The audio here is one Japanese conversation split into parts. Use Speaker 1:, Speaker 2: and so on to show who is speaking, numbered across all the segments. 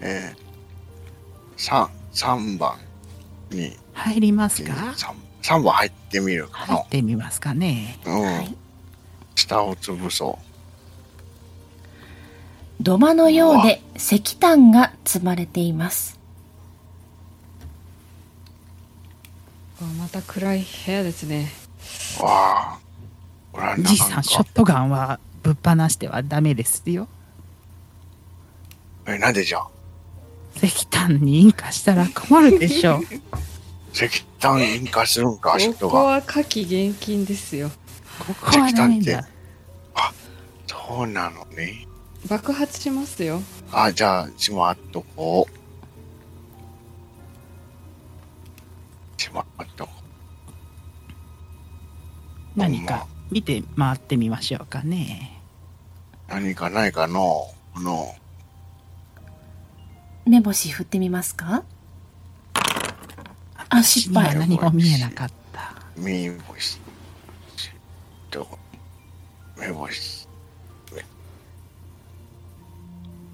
Speaker 1: えー、3、三番に、
Speaker 2: 入ります
Speaker 1: 3
Speaker 2: か、
Speaker 1: 三番入ってみるか
Speaker 2: 入ってみますかね
Speaker 1: な。う
Speaker 3: は
Speaker 1: ん。
Speaker 3: い
Speaker 1: 下を潰そ
Speaker 3: 土間のようで石炭が積まれています
Speaker 4: わまた暗い部屋ですね
Speaker 1: う。わあ。これはな
Speaker 2: じい
Speaker 1: か
Speaker 2: さ
Speaker 1: なん
Speaker 2: ショ
Speaker 1: か
Speaker 2: ッ。トガンはぶっ放してはダメですよ
Speaker 1: え、なんでじゃあ
Speaker 2: 石炭に引火したら困るでしょう
Speaker 1: 石炭引火するんか、ショッ
Speaker 4: こ
Speaker 1: ト
Speaker 4: こ
Speaker 1: が。
Speaker 4: は火器厳禁ですよ
Speaker 2: ここはダメ
Speaker 1: 石炭っ
Speaker 2: だ
Speaker 1: そうなのね。
Speaker 4: 爆発しますよ
Speaker 1: あ、じゃあ、しまっとこう。しまっとこう。
Speaker 2: 何か見て回ってみましょうかね
Speaker 1: 何かないかのこの
Speaker 3: 目星振ってみますかあ失敗
Speaker 2: 私には何も見えなかった
Speaker 1: 目星と目星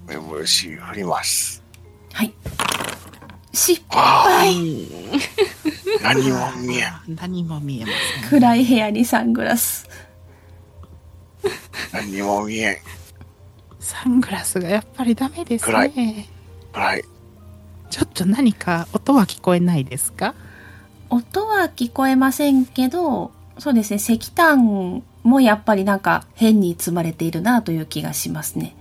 Speaker 1: 目目星振ります
Speaker 3: はい失
Speaker 1: あ
Speaker 3: 敗
Speaker 1: あ何も見えん
Speaker 2: 何も見えません
Speaker 3: 暗い部屋にサングラス
Speaker 1: 何も見えん
Speaker 2: サングラスがやっぱりダメです
Speaker 1: 暗
Speaker 2: ね
Speaker 1: 暗い
Speaker 2: ちょっと何か音は聞こえないですか
Speaker 3: 音は聞こえませんけどそうですね石炭もやっぱりなんか変に積まれているなという気がしますね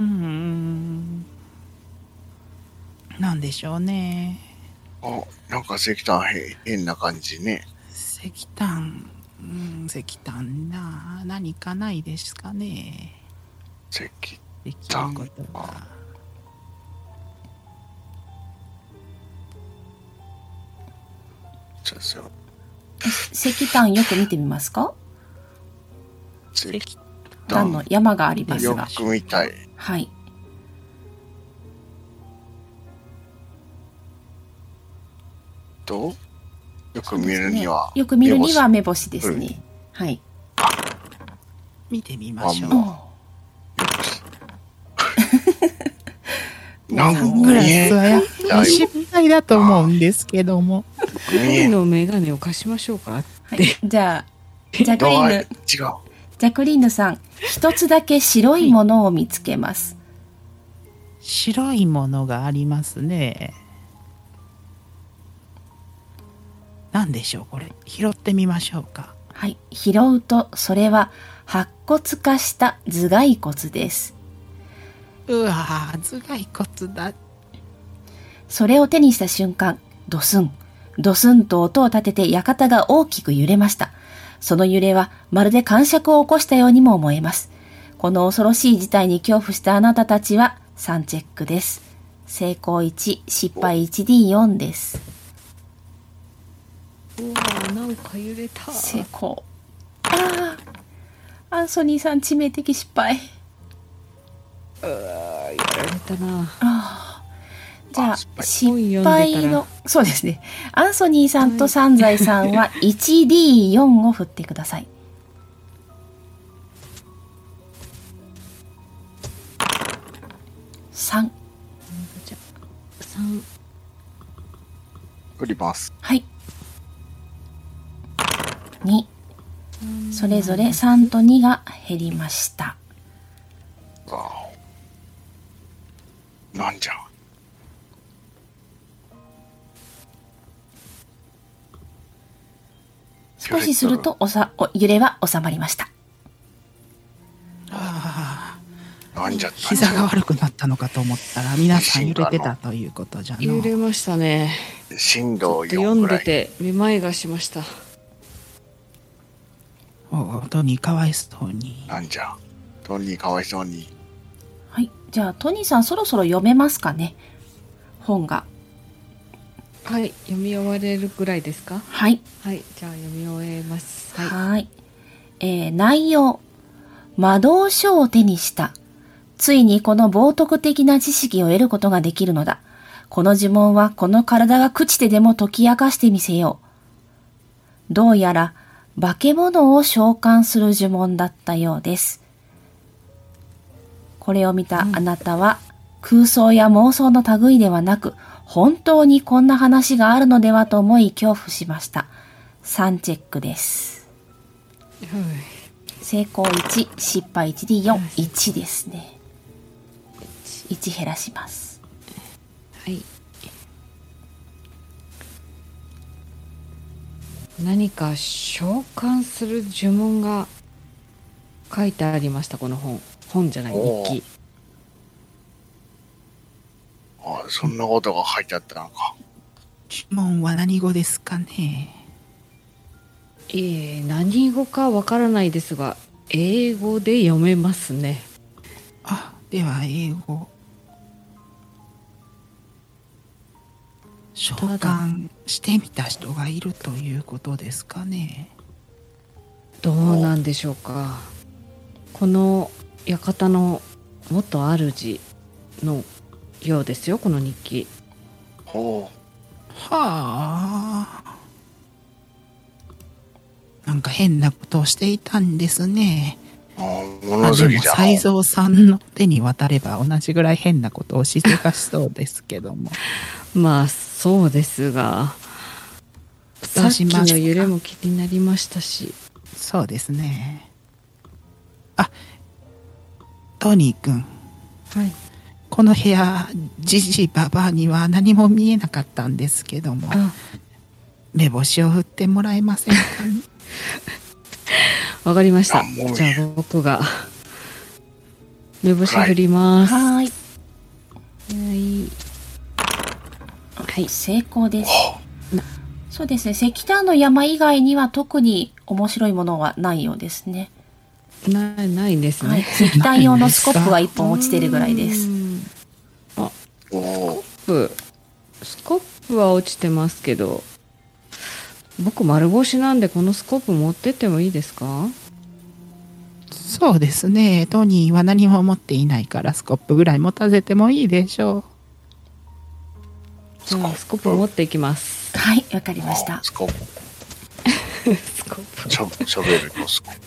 Speaker 2: うーんなんでしょうね
Speaker 1: おなんか石炭へ変な感じね
Speaker 2: 石炭うん石炭な何かないですかね
Speaker 1: 石
Speaker 2: できることは
Speaker 1: ちょっ
Speaker 3: 石炭よく見てみますか
Speaker 1: と石
Speaker 2: 石
Speaker 3: 炭の山があります
Speaker 1: よ
Speaker 3: が
Speaker 1: く見たい
Speaker 3: はい
Speaker 1: とよく見るには、
Speaker 3: ねよく見るには目星ですねはい
Speaker 2: 見てみましょう
Speaker 1: あも目星な ん
Speaker 2: サン
Speaker 1: も
Speaker 2: グラ
Speaker 1: 見え
Speaker 2: ス
Speaker 1: ん
Speaker 2: はやっぱり
Speaker 1: だよ
Speaker 2: 失敗だと思うんですけども
Speaker 1: 見え
Speaker 4: 海
Speaker 1: ん
Speaker 4: の眼鏡を貸しましょうか
Speaker 3: はい、じゃあ、ジャク
Speaker 1: 度
Speaker 3: リ
Speaker 1: 合
Speaker 3: ー
Speaker 1: い
Speaker 3: ヌ
Speaker 1: 違、う
Speaker 3: ジャクリーヌさん、一つだけ白いものを見つけます。
Speaker 2: 白いものがありますね何でしょうこれ拾ってみましょうか
Speaker 3: はい、拾うと、それは白骨化した頭蓋骨です。
Speaker 2: うわー頭蓋骨だ
Speaker 3: それを手にした瞬間、ドスン、ドスンと音を立てて館が大きく揺れました。その揺れはまるで感触を起こしたようにも思えます。この恐ろしい事態に恐怖したあなたたちは3チェックです。成功1、失敗 1D4 です。
Speaker 4: うわなんか揺れた
Speaker 3: 成功ああアンソニーさん致命的失敗
Speaker 4: やられたな
Speaker 3: じゃあ失
Speaker 4: 失
Speaker 3: 敗
Speaker 4: 敗
Speaker 3: のそうですねアンソニーさんと三財さんは 1D4 を振ってください3
Speaker 4: じゃあ三
Speaker 1: 振ります
Speaker 3: はい2それぞれ3と2が減りました
Speaker 1: わおなんじゃ
Speaker 3: 少しするとおさお揺れは収まりました
Speaker 2: あ
Speaker 1: なんじゃっ
Speaker 2: ー
Speaker 1: たんじ
Speaker 2: 膝が
Speaker 1: ゃ
Speaker 2: 悪くなったのかと思ったら皆さん揺れてたということじゃの
Speaker 4: 揺れましたね
Speaker 1: 震
Speaker 4: ち
Speaker 1: 度
Speaker 4: ょっと読
Speaker 1: 4
Speaker 4: ん
Speaker 1: ぐら
Speaker 4: で
Speaker 1: い
Speaker 4: てめまいがしました
Speaker 2: 音にかわいそうに
Speaker 1: なんじゃトニーかわいそうに
Speaker 3: はい。じゃあ、トニーさんそろそろ読めますかね本が。
Speaker 4: はい読み終われるぐらいですか
Speaker 3: はい。
Speaker 4: はいじゃあ読み終えます
Speaker 3: は。
Speaker 4: はいい
Speaker 3: えー、内容。魔導書を手にした。ついにこの冒涜的な知識を得ることができるのだ。この呪文はこの体が朽ちてでも解き明かしてみせよう。どうやら化け物を召喚する呪文だったようです。これを見たあなたは空想や妄想の類ではなく、本当にこんな話があるのではと思い恐怖しました。サンチェックです。成功1、失敗 1D4、1ですね。1減らします。
Speaker 4: はい何か召喚する呪文が書いてありましたこの本本じゃない
Speaker 1: おー
Speaker 4: 日記
Speaker 1: あそんなことが書いてあったのか。
Speaker 2: 呪文は何語ですかね
Speaker 4: えー、何語かわからないですが英語で読めますね
Speaker 2: あでは英語召喚してみた人がいるということですかね
Speaker 4: どうなんでしょうかこの館の元主のようですよこの日記
Speaker 1: ほう。
Speaker 2: はあなんか変なことをしていたんですね
Speaker 1: あ
Speaker 2: ま
Speaker 1: 物
Speaker 2: あ
Speaker 1: 好
Speaker 2: で
Speaker 1: き
Speaker 2: も
Speaker 1: じゃ
Speaker 2: 才蔵さんの手に渡れば同じぐらい変なことをしてかしそうですけども
Speaker 4: まあそうですがさ
Speaker 2: どう
Speaker 4: っき
Speaker 2: しますか
Speaker 4: の揺れも気になりましたし
Speaker 2: そうですねあトニー君
Speaker 4: はい
Speaker 2: この部屋じじばばには何も見えなかったんですけども
Speaker 4: あ
Speaker 2: 目星を振ってもらえませ んかね
Speaker 4: わかりました
Speaker 1: あもう
Speaker 4: じゃあ僕が目星振りますは
Speaker 3: はーい。
Speaker 4: いはい
Speaker 3: 成功です。そうですね。石炭の山以外には特に面白いものはないようですね。
Speaker 4: ないないですね、
Speaker 3: はい。石炭用のスコップが1本落ちてるぐらいです。
Speaker 1: おお
Speaker 4: スコップスコップは落ちてますけど僕丸腰なんでこのスコップ持ってってもいいですか
Speaker 2: そうですねトニーは何も持っていないからスコップぐらい持たせてもいいでしょう
Speaker 4: じゃあスコップ持っていきます
Speaker 3: はい、わかりました。
Speaker 1: スコッ
Speaker 4: スコッ
Speaker 1: プしょしょべるのスコップ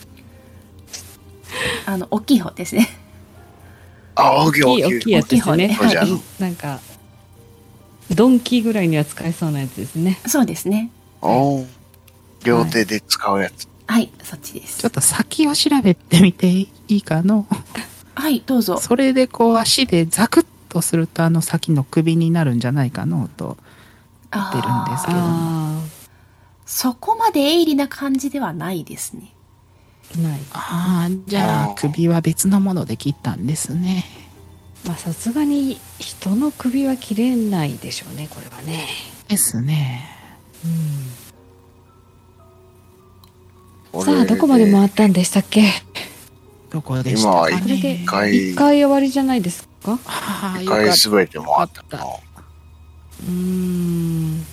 Speaker 3: あの、大きい方ですね。
Speaker 1: あ大きい
Speaker 4: プ大きい
Speaker 1: 大
Speaker 4: 大きい
Speaker 1: きい
Speaker 4: やつですね
Speaker 3: 大きい
Speaker 1: 方ね
Speaker 4: はいなんかドンキーぐらいには使えそうなやつですね
Speaker 3: そうですね。
Speaker 1: おお両手で使うやつ、
Speaker 3: はい、そっちで
Speaker 2: ちょ
Speaker 3: す
Speaker 2: っ。と先を調べてみていいかの
Speaker 3: はい、どうぞ。
Speaker 2: それでこう足でザクッとするとあの先の首になるんじゃないかのと
Speaker 3: あ
Speaker 2: 出るんですけど
Speaker 3: ー
Speaker 4: あ
Speaker 3: そこまで鋭利な感じではないですね。
Speaker 4: あない
Speaker 2: ああじゃ
Speaker 1: あ
Speaker 2: あ
Speaker 1: ー
Speaker 2: 首は別のもので切ったんですね
Speaker 4: まあさすがに人の首は切れないでしょうねこれはね
Speaker 2: ですね
Speaker 4: うん
Speaker 1: 俺
Speaker 4: さあどこまで回ったんでしたっけ
Speaker 2: どこでしたかね
Speaker 4: これで
Speaker 1: 一回
Speaker 4: 一回終わりじゃないですか
Speaker 2: ああ
Speaker 1: 一
Speaker 2: よかっ
Speaker 1: 回
Speaker 2: た
Speaker 1: すべて回った
Speaker 2: よ
Speaker 1: の
Speaker 4: うーん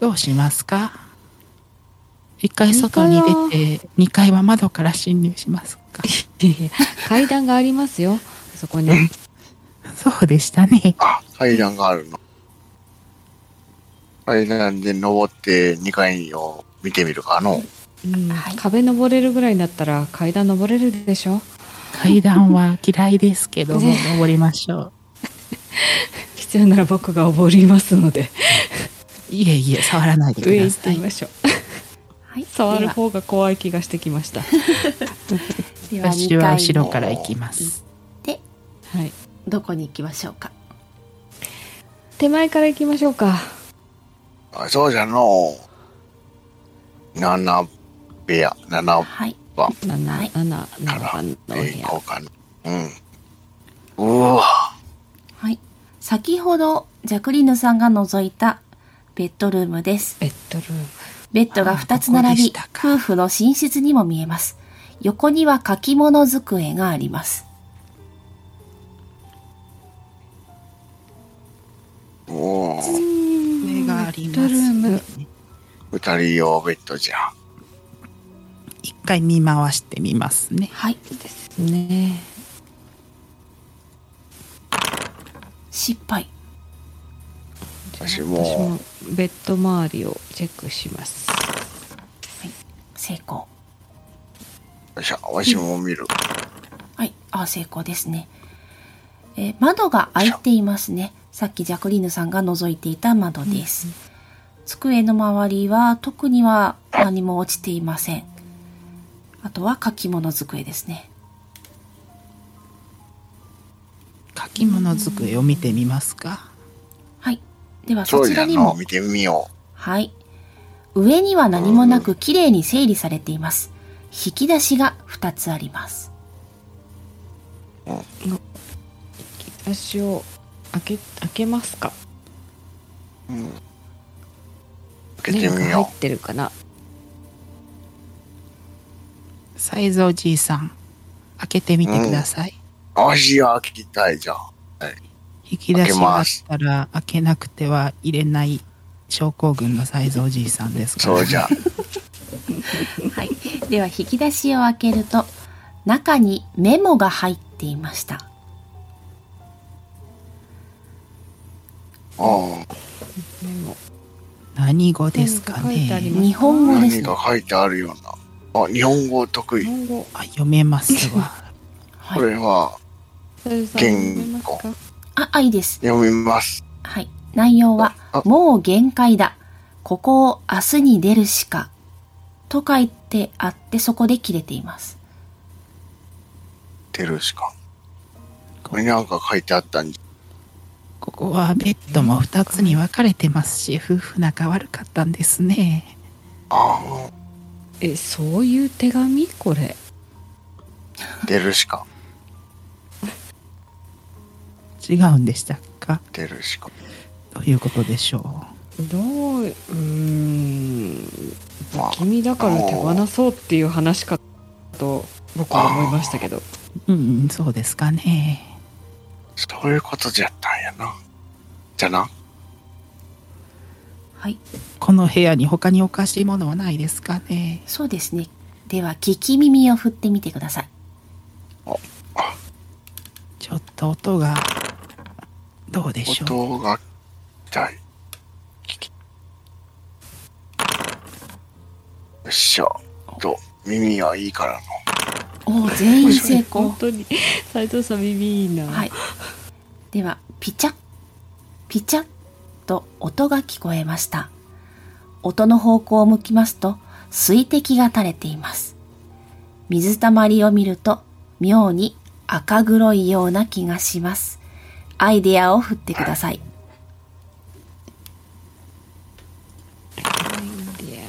Speaker 2: どうしますか一回外に出て二階は窓から侵入しますか
Speaker 4: 階段がありますよあそこに
Speaker 2: そうでしたね
Speaker 1: あ階段があるの階段で登って2階を見てみるかの
Speaker 4: うん
Speaker 3: はい
Speaker 4: 壁登れるぐらいだったら階段登れるでしょ
Speaker 2: 階段は嫌いですけども
Speaker 4: ね
Speaker 2: 登りましょう
Speaker 4: 必要なら僕が溺りますので
Speaker 2: いえいえ触らないでく
Speaker 4: 上
Speaker 2: だ
Speaker 4: 行って
Speaker 2: さ
Speaker 4: み
Speaker 2: い
Speaker 4: ましょう
Speaker 3: はい、
Speaker 4: 触る方が怖い気がしてきましたは
Speaker 3: では、で
Speaker 2: 私
Speaker 3: は
Speaker 2: は
Speaker 3: 2
Speaker 2: 後
Speaker 3: 階
Speaker 2: ろから行きます
Speaker 4: い
Speaker 3: どこに行きましょうか。
Speaker 4: 手前から行きましょうか
Speaker 1: あそうじゃの7部屋7
Speaker 3: はい。
Speaker 1: 番
Speaker 4: 七
Speaker 3: はい
Speaker 4: 七
Speaker 1: か
Speaker 4: 七
Speaker 1: ら
Speaker 4: 番のお部
Speaker 1: 行
Speaker 4: 屋
Speaker 1: こうかなうんうわ
Speaker 3: はい。先ほど、ジャクリーヌさんが覗いたベッドルームです。
Speaker 4: ベッドルーム
Speaker 3: ベッドが2つ並
Speaker 2: あここ
Speaker 3: び
Speaker 2: でした、か
Speaker 3: 夫婦の寝室にも見えます。横には書き物机があります。
Speaker 1: も
Speaker 2: 上があり
Speaker 4: ベッ
Speaker 2: ま
Speaker 4: ドルーム
Speaker 2: す
Speaker 1: う2人用ベッドじゃ
Speaker 2: 一回見回してみますね
Speaker 3: はい。
Speaker 4: ですね
Speaker 3: 失敗。
Speaker 1: 私も
Speaker 4: 私もベッド周りをチェックします
Speaker 3: 成
Speaker 1: よ
Speaker 3: 功。
Speaker 1: っしゃわしも見る
Speaker 3: はい。あ、成功ですね。えー窓が開いていますね。さっきジャクリーヌさんが覗いていた窓です。机の周りは特には何も落ちていません。あとは書き物机ですね。
Speaker 2: 書き物机を見てみますか。
Speaker 3: はい。では
Speaker 1: そ
Speaker 3: そうちら
Speaker 1: や
Speaker 3: に
Speaker 1: な、
Speaker 3: も。
Speaker 1: 見てみよ
Speaker 3: はい。上には何もなく綺麗に整理されています。引き出しが2つあります。
Speaker 4: 足を開け開けますか
Speaker 1: う。うん。開けて
Speaker 4: 何か
Speaker 1: み
Speaker 4: 入
Speaker 1: よ
Speaker 4: ってるかな
Speaker 2: サイズおじいさん、開けてみてください。
Speaker 1: う。足は開きたいじゃん。
Speaker 2: 引き出しがあったら開けなくては入れない症候群のサイズおじいさんですから、
Speaker 1: そうじ ゃ。
Speaker 3: はい。では引き出しを開けると、中にメモが入っていました。
Speaker 1: うん。
Speaker 4: メモ
Speaker 2: 何語ですか
Speaker 4: 何か書いてあり
Speaker 2: ね。
Speaker 4: ます
Speaker 3: 日本語で
Speaker 1: 何
Speaker 3: すね。
Speaker 1: が書いてあるような。あ、日本語得
Speaker 4: 日
Speaker 1: 意。
Speaker 4: 本語
Speaker 2: あ読めますわ。
Speaker 3: は
Speaker 1: こ
Speaker 3: い、
Speaker 1: れは
Speaker 4: さゆりさん
Speaker 1: 言
Speaker 4: 読めますか
Speaker 3: あ、あいいです。
Speaker 1: 読みます。
Speaker 3: はい。内容は
Speaker 1: あ、
Speaker 3: もう限界だ。ここを明日に出るしか。と書いてあって、そこで切れています。
Speaker 1: てるしか。これなんか書いてあったんじ
Speaker 2: ここはベッドも2つに分かれてますし、夫婦仲悪かったんですね。
Speaker 1: ゃ。あ
Speaker 4: えそういう手紙これ
Speaker 1: あ、てるしか。
Speaker 2: 違うんでしたか
Speaker 1: てるしか。
Speaker 2: ということでしょ
Speaker 4: どううーん
Speaker 1: まあ
Speaker 4: 不気味だから手放そうっていう話かと僕は思いましたけど
Speaker 2: う。うん、そうですかね。
Speaker 1: そういうことじゃったんやな。じゃな。
Speaker 3: はい。
Speaker 2: この部屋に他におかしいものはないですかね。
Speaker 3: そうですね。では、聞き耳を振ってみてください。
Speaker 2: ちょっと音がどうでしょう。
Speaker 1: 音が痛い。聞きよっしゃ。と、耳はいいからの。
Speaker 3: おお、全員成功
Speaker 4: 本。当に斉藤さん耳いいな、
Speaker 3: はい。では、ピチャッ、ピチャッと音が聞こえました。音の方向を向きますと、水滴が垂れています。水たまりを見ると、妙に赤黒いような気がします。アイデアを振ってください。
Speaker 4: いや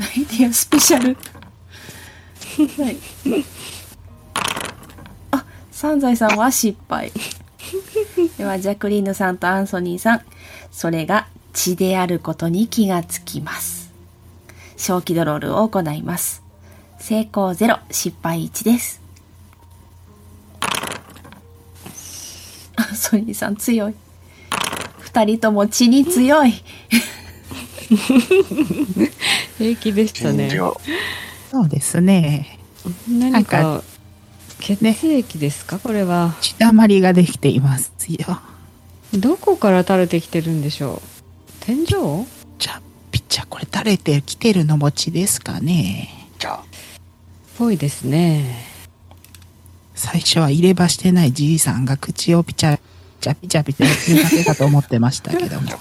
Speaker 3: アイデアスペシャル。はい。あ、三財さんは失敗。では、ジャクリーヌさんとアンソニーさん。それが血であることに気がつきます。小気ドロールを行います。成功ゼロ、失敗1です。アンソニーさん強い。二人とも血に強い。
Speaker 4: 平気でした
Speaker 1: 診
Speaker 4: ね
Speaker 1: 療。
Speaker 2: そうですね。
Speaker 4: 何か血
Speaker 2: ね
Speaker 4: 液ですか、これは
Speaker 2: 血だまりができていますよ。
Speaker 4: どこから垂れてきてるんでしょう天井
Speaker 2: じゃあ、ピッチャーこれ垂れてきてるのも血ですかね。
Speaker 1: じゃあ、
Speaker 4: ぽいですね
Speaker 2: 最初は入れ歯してないじいさんが口をピチャピチャピチャピチャ言うだけだと思ってましたけども。
Speaker 1: じ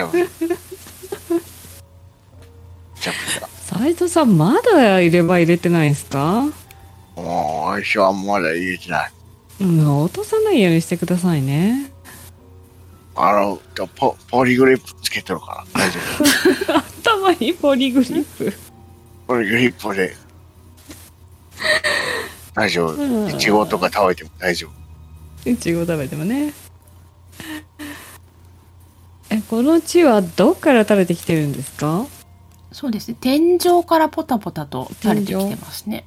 Speaker 1: ゃあ、じゃあ、
Speaker 4: 斉藤さんまだ入れ歯入れてないですか
Speaker 1: もう、私はまだ言えてない。
Speaker 4: うん落とさないようにしてくださいね
Speaker 1: あの、ポポリグリップつけてるから、大丈夫。
Speaker 4: 頭にポリグリップ
Speaker 1: ポリグリップで、大丈
Speaker 4: うん
Speaker 1: 夫。いちごとか食べても大丈夫。
Speaker 4: いちご食べてもねえこの血はどっから垂れてきてるんですか
Speaker 3: そうですね。天井からポタポタと垂れてきてますね。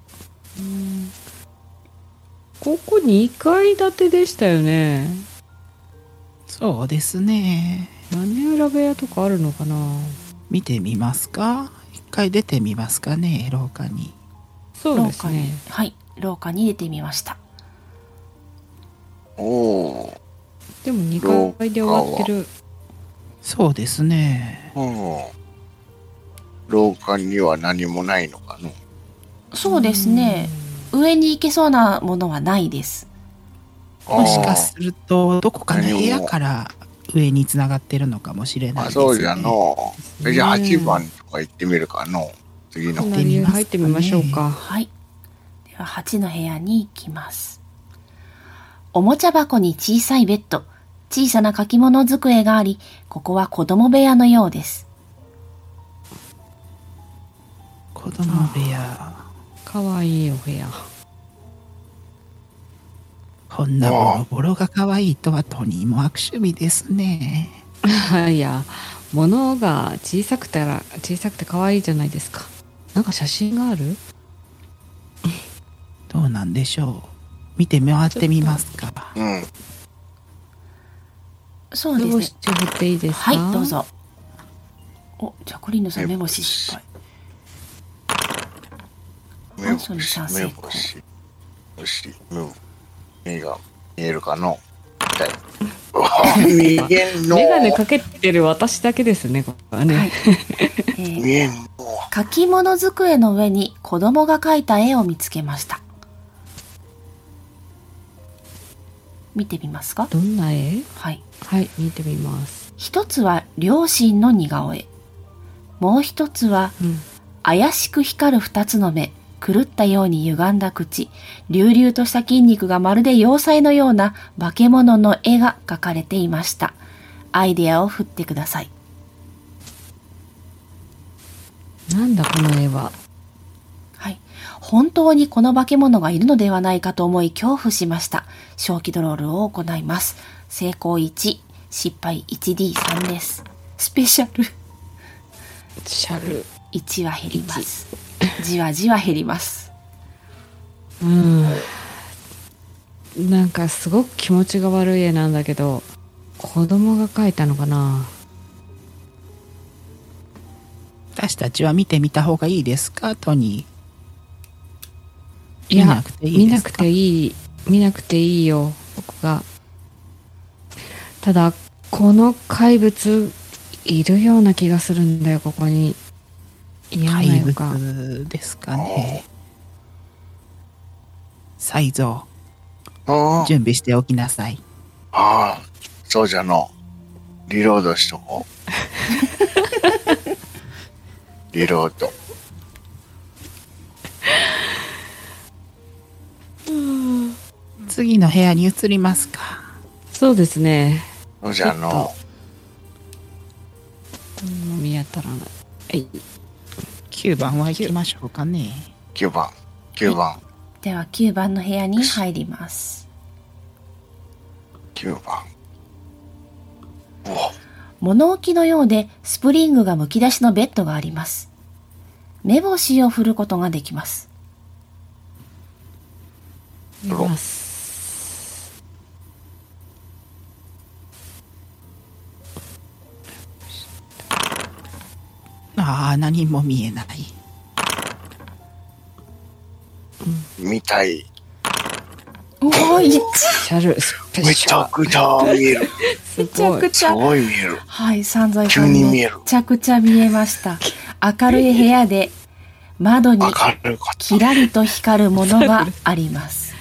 Speaker 4: ここ2階建てでしたよね
Speaker 2: そうですね。
Speaker 4: 屋根裏部屋とかあるのかな
Speaker 2: 見てみますか一回出てみますかね廊下に。
Speaker 4: そう
Speaker 3: 廊
Speaker 4: です
Speaker 3: 下に、
Speaker 4: ね
Speaker 3: はい、廊下に出てみました。
Speaker 1: おー
Speaker 4: でも2階で終わってる
Speaker 2: そうですね。
Speaker 1: うん。廊下には何もないのかの。
Speaker 3: そうですね。上に行けそうなものはないです。
Speaker 1: あ
Speaker 2: もしか
Speaker 1: ー
Speaker 2: すると、どこかの部屋から上に繋がってるのかもしれない
Speaker 1: まあ
Speaker 2: です、ね。
Speaker 1: そうじゃの
Speaker 4: ね
Speaker 1: じゃあ8番とか行ってみるかの次の
Speaker 2: ってみますかね
Speaker 4: 入ってみましょうか。
Speaker 3: はい。では、8の部屋に行きます。おもちゃ箱に小さいベッド、小さな書き物机があり、ここは子供部屋のようです。
Speaker 2: 子供部屋。
Speaker 4: かわいいお部屋。
Speaker 2: こんなボロボロが可愛いとはとにも悪趣味ですね。
Speaker 4: いや、物が小さくたら、小さくて可愛いじゃないですか。なんか写真がある
Speaker 2: どうなんでしょう。見て回ってみますか。
Speaker 1: うん
Speaker 3: そうで
Speaker 4: ど
Speaker 3: す
Speaker 4: う
Speaker 3: ね
Speaker 4: し。てもっていいですか
Speaker 3: はい、どう。ぞ。お、ジャコリーヌさんメモし失敗。
Speaker 1: 目
Speaker 3: マンションに
Speaker 1: 星
Speaker 3: 賛成
Speaker 1: 目星星目目が見えるかの痛いうわ 逃げんの
Speaker 4: メガネかけてる私だけですね、ここはね。
Speaker 3: はいえー
Speaker 1: 見えんの
Speaker 3: 書き物机の上に子供が描いた絵を見つけました。見てみますか
Speaker 4: どんな絵
Speaker 3: はい。
Speaker 4: はい、見てみます。
Speaker 3: 一つは両親の似顔絵。もう一つは
Speaker 4: うん。
Speaker 3: 怪しく光る二つの目、狂ったように歪んだ口、隆々とした筋肉がまるで要塞のような化け物の絵が描かれていました。アイデアを振ってください。
Speaker 4: なんだこの絵は。
Speaker 3: はい。本当にこの化け物がいるのではないかと思い恐怖しました。正気ドロールを行います。成功1、失敗 1D3 です。スペシャル
Speaker 4: シャル。
Speaker 3: 1は減ります。じわじわ減ります。
Speaker 4: うん。なんかすごく気持ちが悪い絵なんだけど、子供が描いたのかな
Speaker 2: 私たちは見てみた方がいいですか、トニー。
Speaker 4: いや
Speaker 2: 見なくてい
Speaker 4: 見
Speaker 2: いで
Speaker 4: な
Speaker 2: す
Speaker 4: く
Speaker 2: か
Speaker 4: ていい見なくていいよ僕がただこの怪物いるような気がするんだよここに嫌な
Speaker 2: 怪
Speaker 4: 予感
Speaker 2: 物ですかね。サイゾ
Speaker 1: あ
Speaker 2: ー、準備しておきなさい。
Speaker 1: あーそうじゃのリロードしとこ うリロード
Speaker 2: 次の部屋に移りますか。
Speaker 4: そうですね
Speaker 1: そうじゃの
Speaker 4: もう見当たらないはい
Speaker 2: 9番は行きましょうかね。
Speaker 1: 9番9番
Speaker 3: では9番の部屋に入ります。
Speaker 1: 9番
Speaker 3: 物置のようでスプリングがむき出しのベッドがあります。目星を振ることができます。
Speaker 4: 見ます
Speaker 2: ああ、何も見えない。
Speaker 1: 見たい
Speaker 3: おお、い
Speaker 4: シャルスペ
Speaker 1: め
Speaker 4: シ
Speaker 1: ちゃ
Speaker 4: ャ
Speaker 1: くちゃ見える
Speaker 4: ル
Speaker 3: めちゃくち
Speaker 1: す
Speaker 3: ゃ。
Speaker 1: ごい見える
Speaker 3: はい、散財
Speaker 1: 急に見える
Speaker 3: めちゃくちゃ見えました。明るい部屋で窓に
Speaker 1: 明るかった
Speaker 3: キラリと光るものがあります。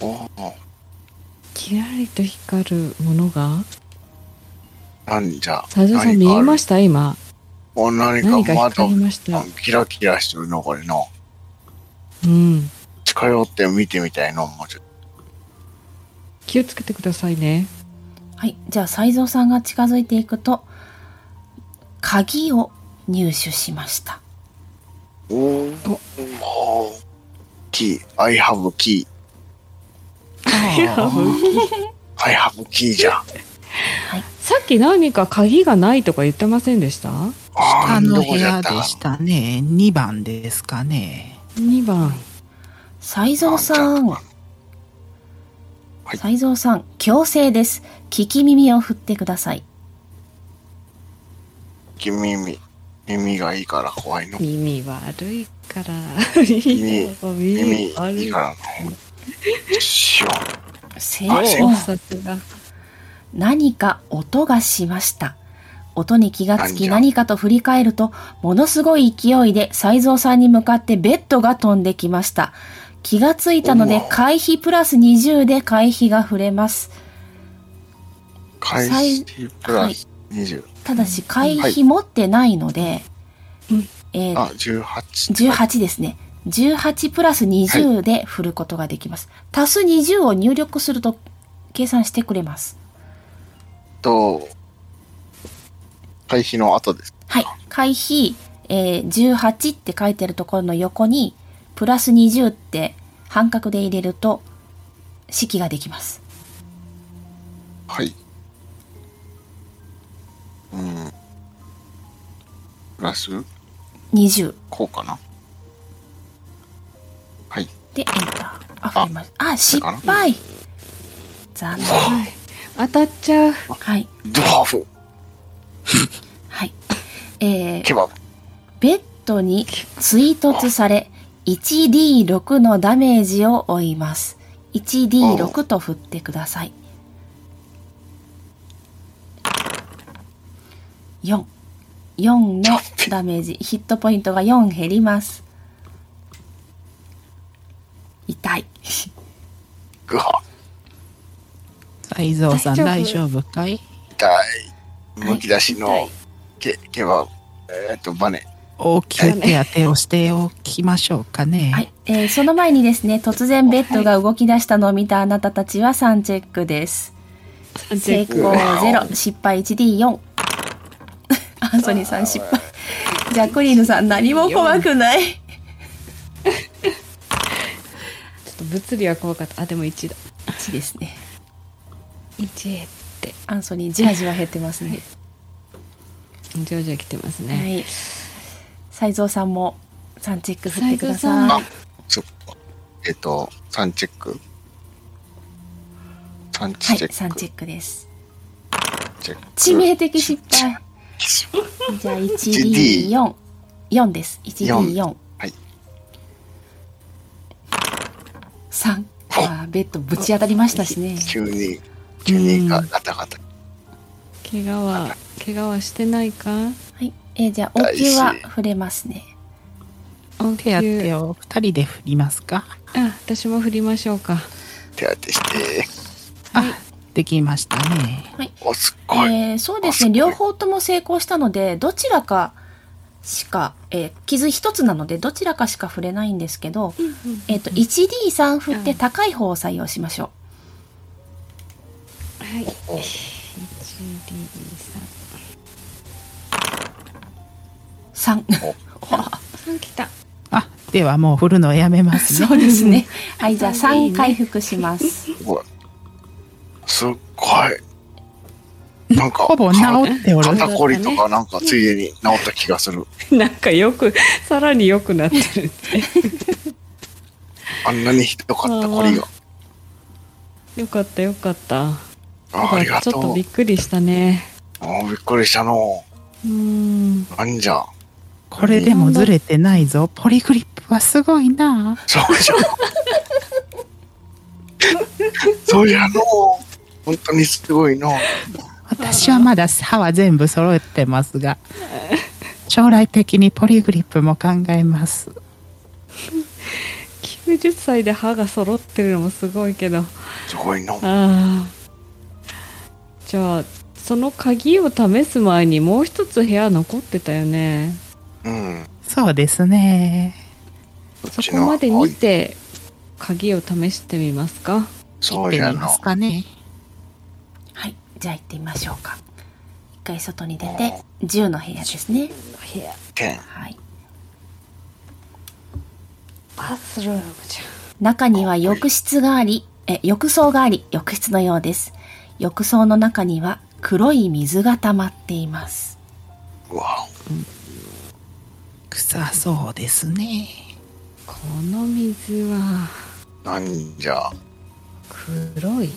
Speaker 1: おー
Speaker 4: キラリと光るものが
Speaker 1: なんじゃ
Speaker 4: 佐藤さん見えま
Speaker 1: し
Speaker 4: した今
Speaker 1: たお何か
Speaker 4: 何か
Speaker 1: 窓
Speaker 4: 光りました
Speaker 1: キラキラしてるのこれの
Speaker 4: うん
Speaker 1: 近寄って見てみたいのもうちょっ
Speaker 4: 気をつけてくださいね
Speaker 3: はい、じゃあ、斎蔵さんが近づいていくと、鍵を入手しました。
Speaker 1: とおーおーキー I have key
Speaker 2: あー
Speaker 1: I have key じゃん
Speaker 4: さっき何か鍵がないとか言ってませんでした
Speaker 1: あ
Speaker 2: 下
Speaker 1: ー
Speaker 2: の
Speaker 1: ど
Speaker 2: 部
Speaker 1: こじゃ
Speaker 2: 屋
Speaker 1: っ
Speaker 2: で
Speaker 1: た
Speaker 2: したね。2番ですかね。
Speaker 4: 2番
Speaker 3: 斎蔵さん
Speaker 1: あ、い
Speaker 3: 斎蔵さん、強制です。聞き耳を振ってください。
Speaker 1: 君耳耳がいいから怖いの
Speaker 4: 耳悪いから
Speaker 1: 耳
Speaker 4: 耳
Speaker 1: 耳
Speaker 4: 悪
Speaker 1: いい
Speaker 4: い
Speaker 1: からのしよ
Speaker 3: 成
Speaker 1: あ
Speaker 4: お
Speaker 1: そ
Speaker 4: お
Speaker 3: 功。
Speaker 4: さすが
Speaker 3: 何か音がしました。音に気がつき
Speaker 1: なん
Speaker 3: 何かと振り返ると、ものすごい勢いで斎蔵さんに向かってベッドが飛んできました。気がついたので回避プラス20で回避が触れます。
Speaker 1: 開始プラス20。
Speaker 3: ただし回
Speaker 1: は
Speaker 3: 避
Speaker 1: い
Speaker 3: 持ってないので、
Speaker 4: うん
Speaker 3: えー
Speaker 1: あ、18。
Speaker 3: 18ですね。18プラス20で振ることができます。足す20を入力すると計算してくれます。
Speaker 1: と、回避の後です。
Speaker 3: はい。回避、えー18って書いてるところの横に、プラス20って半角で入れると、式ができます。
Speaker 1: はい。うん。プラス、
Speaker 3: 20。
Speaker 1: こうかな。はい。
Speaker 3: で、エンター。あ、振ります。あ、失敗残念。
Speaker 4: はい当たっちゃう
Speaker 3: はい。
Speaker 1: ドワーフ、
Speaker 3: はい。えー
Speaker 1: ケバブ。
Speaker 3: ベッドに追突され、1D6 のダメージを負います。1D6 と振ってください。4。4のダメージ。ヒットポイントが4減ります。痛い。
Speaker 1: ぐは、
Speaker 2: 才蔵さん
Speaker 4: 大
Speaker 2: 大
Speaker 4: 丈
Speaker 2: 丈夫かい
Speaker 1: 痛い。むき出し
Speaker 3: は
Speaker 1: の
Speaker 3: い、
Speaker 1: ケ、ケバブ。えーっと、バネ。
Speaker 2: 大きく手当てをしておきましょうかね。
Speaker 3: はい。えーその前にですね、突然ベッドが動き出したのを見たあなたたちは3チェックです。成功ゼロ失敗 1D4 アンソニーさん失敗ジャクリーヌさん何も怖くない
Speaker 4: ちょっと物理は怖かったあでも1だ
Speaker 3: 1ですね
Speaker 4: 1って
Speaker 3: アンソニーじわじわ減ってますね
Speaker 4: 徐々に来てます
Speaker 3: は
Speaker 4: ね、
Speaker 3: い斎蔵さんも3チェック振ってくだ
Speaker 4: 斉
Speaker 3: さ
Speaker 1: あ、そっか。えっと、3チェック。3
Speaker 3: いはい
Speaker 1: チェック。
Speaker 3: 3チェックです
Speaker 1: チェック
Speaker 3: 致命的失敗じゃあ 1D44 4です
Speaker 1: 4
Speaker 3: 1D43
Speaker 1: はい。
Speaker 3: あーベッドぶち当たりましたしね
Speaker 1: 急に、急にガガタガタ。
Speaker 4: 怪我は怪我はしてないか
Speaker 3: はい、えーじゃあ応急は触れますね
Speaker 4: 応
Speaker 2: 手当てを2人で振りますか
Speaker 4: あ私も振りましょうか
Speaker 1: 手当てして。
Speaker 2: あ、できましたね。
Speaker 1: お、すっごい。
Speaker 3: えーそうです
Speaker 1: あすご
Speaker 3: ね
Speaker 1: い
Speaker 3: 両方とも成功したのでどちらかしか、えー傷一つなのでどちらかしか触れないんですけど、えっと 1D3 振って高い方を採用しましょ
Speaker 4: はい
Speaker 1: お
Speaker 4: 1D3
Speaker 3: う3
Speaker 4: 来た
Speaker 2: あ、ではもう振るのやめますね。
Speaker 3: そうです ねはいじゃあ3回復します
Speaker 1: すごい。すっごい。なんか、
Speaker 2: ほぼ治っておる
Speaker 1: 肩こりとかなんかついでに治った気がする。
Speaker 4: なんかよくさらに良くなってる
Speaker 1: あんなにひどかったこりが。
Speaker 4: よかったよかった
Speaker 1: あありが
Speaker 4: ち
Speaker 1: と
Speaker 4: ょっと
Speaker 1: う
Speaker 4: びっ。くりしたね
Speaker 1: あーびっくりしたの。
Speaker 4: うーん
Speaker 1: なんじゃ。
Speaker 2: これでもずれてないぞ。ポリグリップはすごいな。
Speaker 1: そうじゃ。そうじゃの。本当にすごいの。
Speaker 2: 私はまだ歯は全部揃えてます が、将来的にポリグリップも考えます。
Speaker 4: 90歳で歯が揃ってるのもすごいけど
Speaker 1: すごいの。
Speaker 4: ああじゃあその鍵を試す前にもう一つ部屋残ってたよね
Speaker 1: うん。
Speaker 2: そうですね。
Speaker 4: そこまで見て鍵を試してみますか
Speaker 1: そう
Speaker 2: 行
Speaker 1: じ
Speaker 2: って
Speaker 1: ゃ
Speaker 2: みま
Speaker 1: の
Speaker 2: す。かね。
Speaker 3: はいじゃあ行ってみましょうか一回外に出て10の部屋ですね
Speaker 4: 部屋
Speaker 1: 天。
Speaker 3: はい
Speaker 4: バスルームじ
Speaker 3: 中には浴室があり、え、浴槽があり、浴室のようです。浴槽の中には黒い水が溜まっています。
Speaker 1: うわ。
Speaker 2: 臭そうですね。
Speaker 4: ゃんこの水は
Speaker 1: なんじゃ。
Speaker 4: 黒い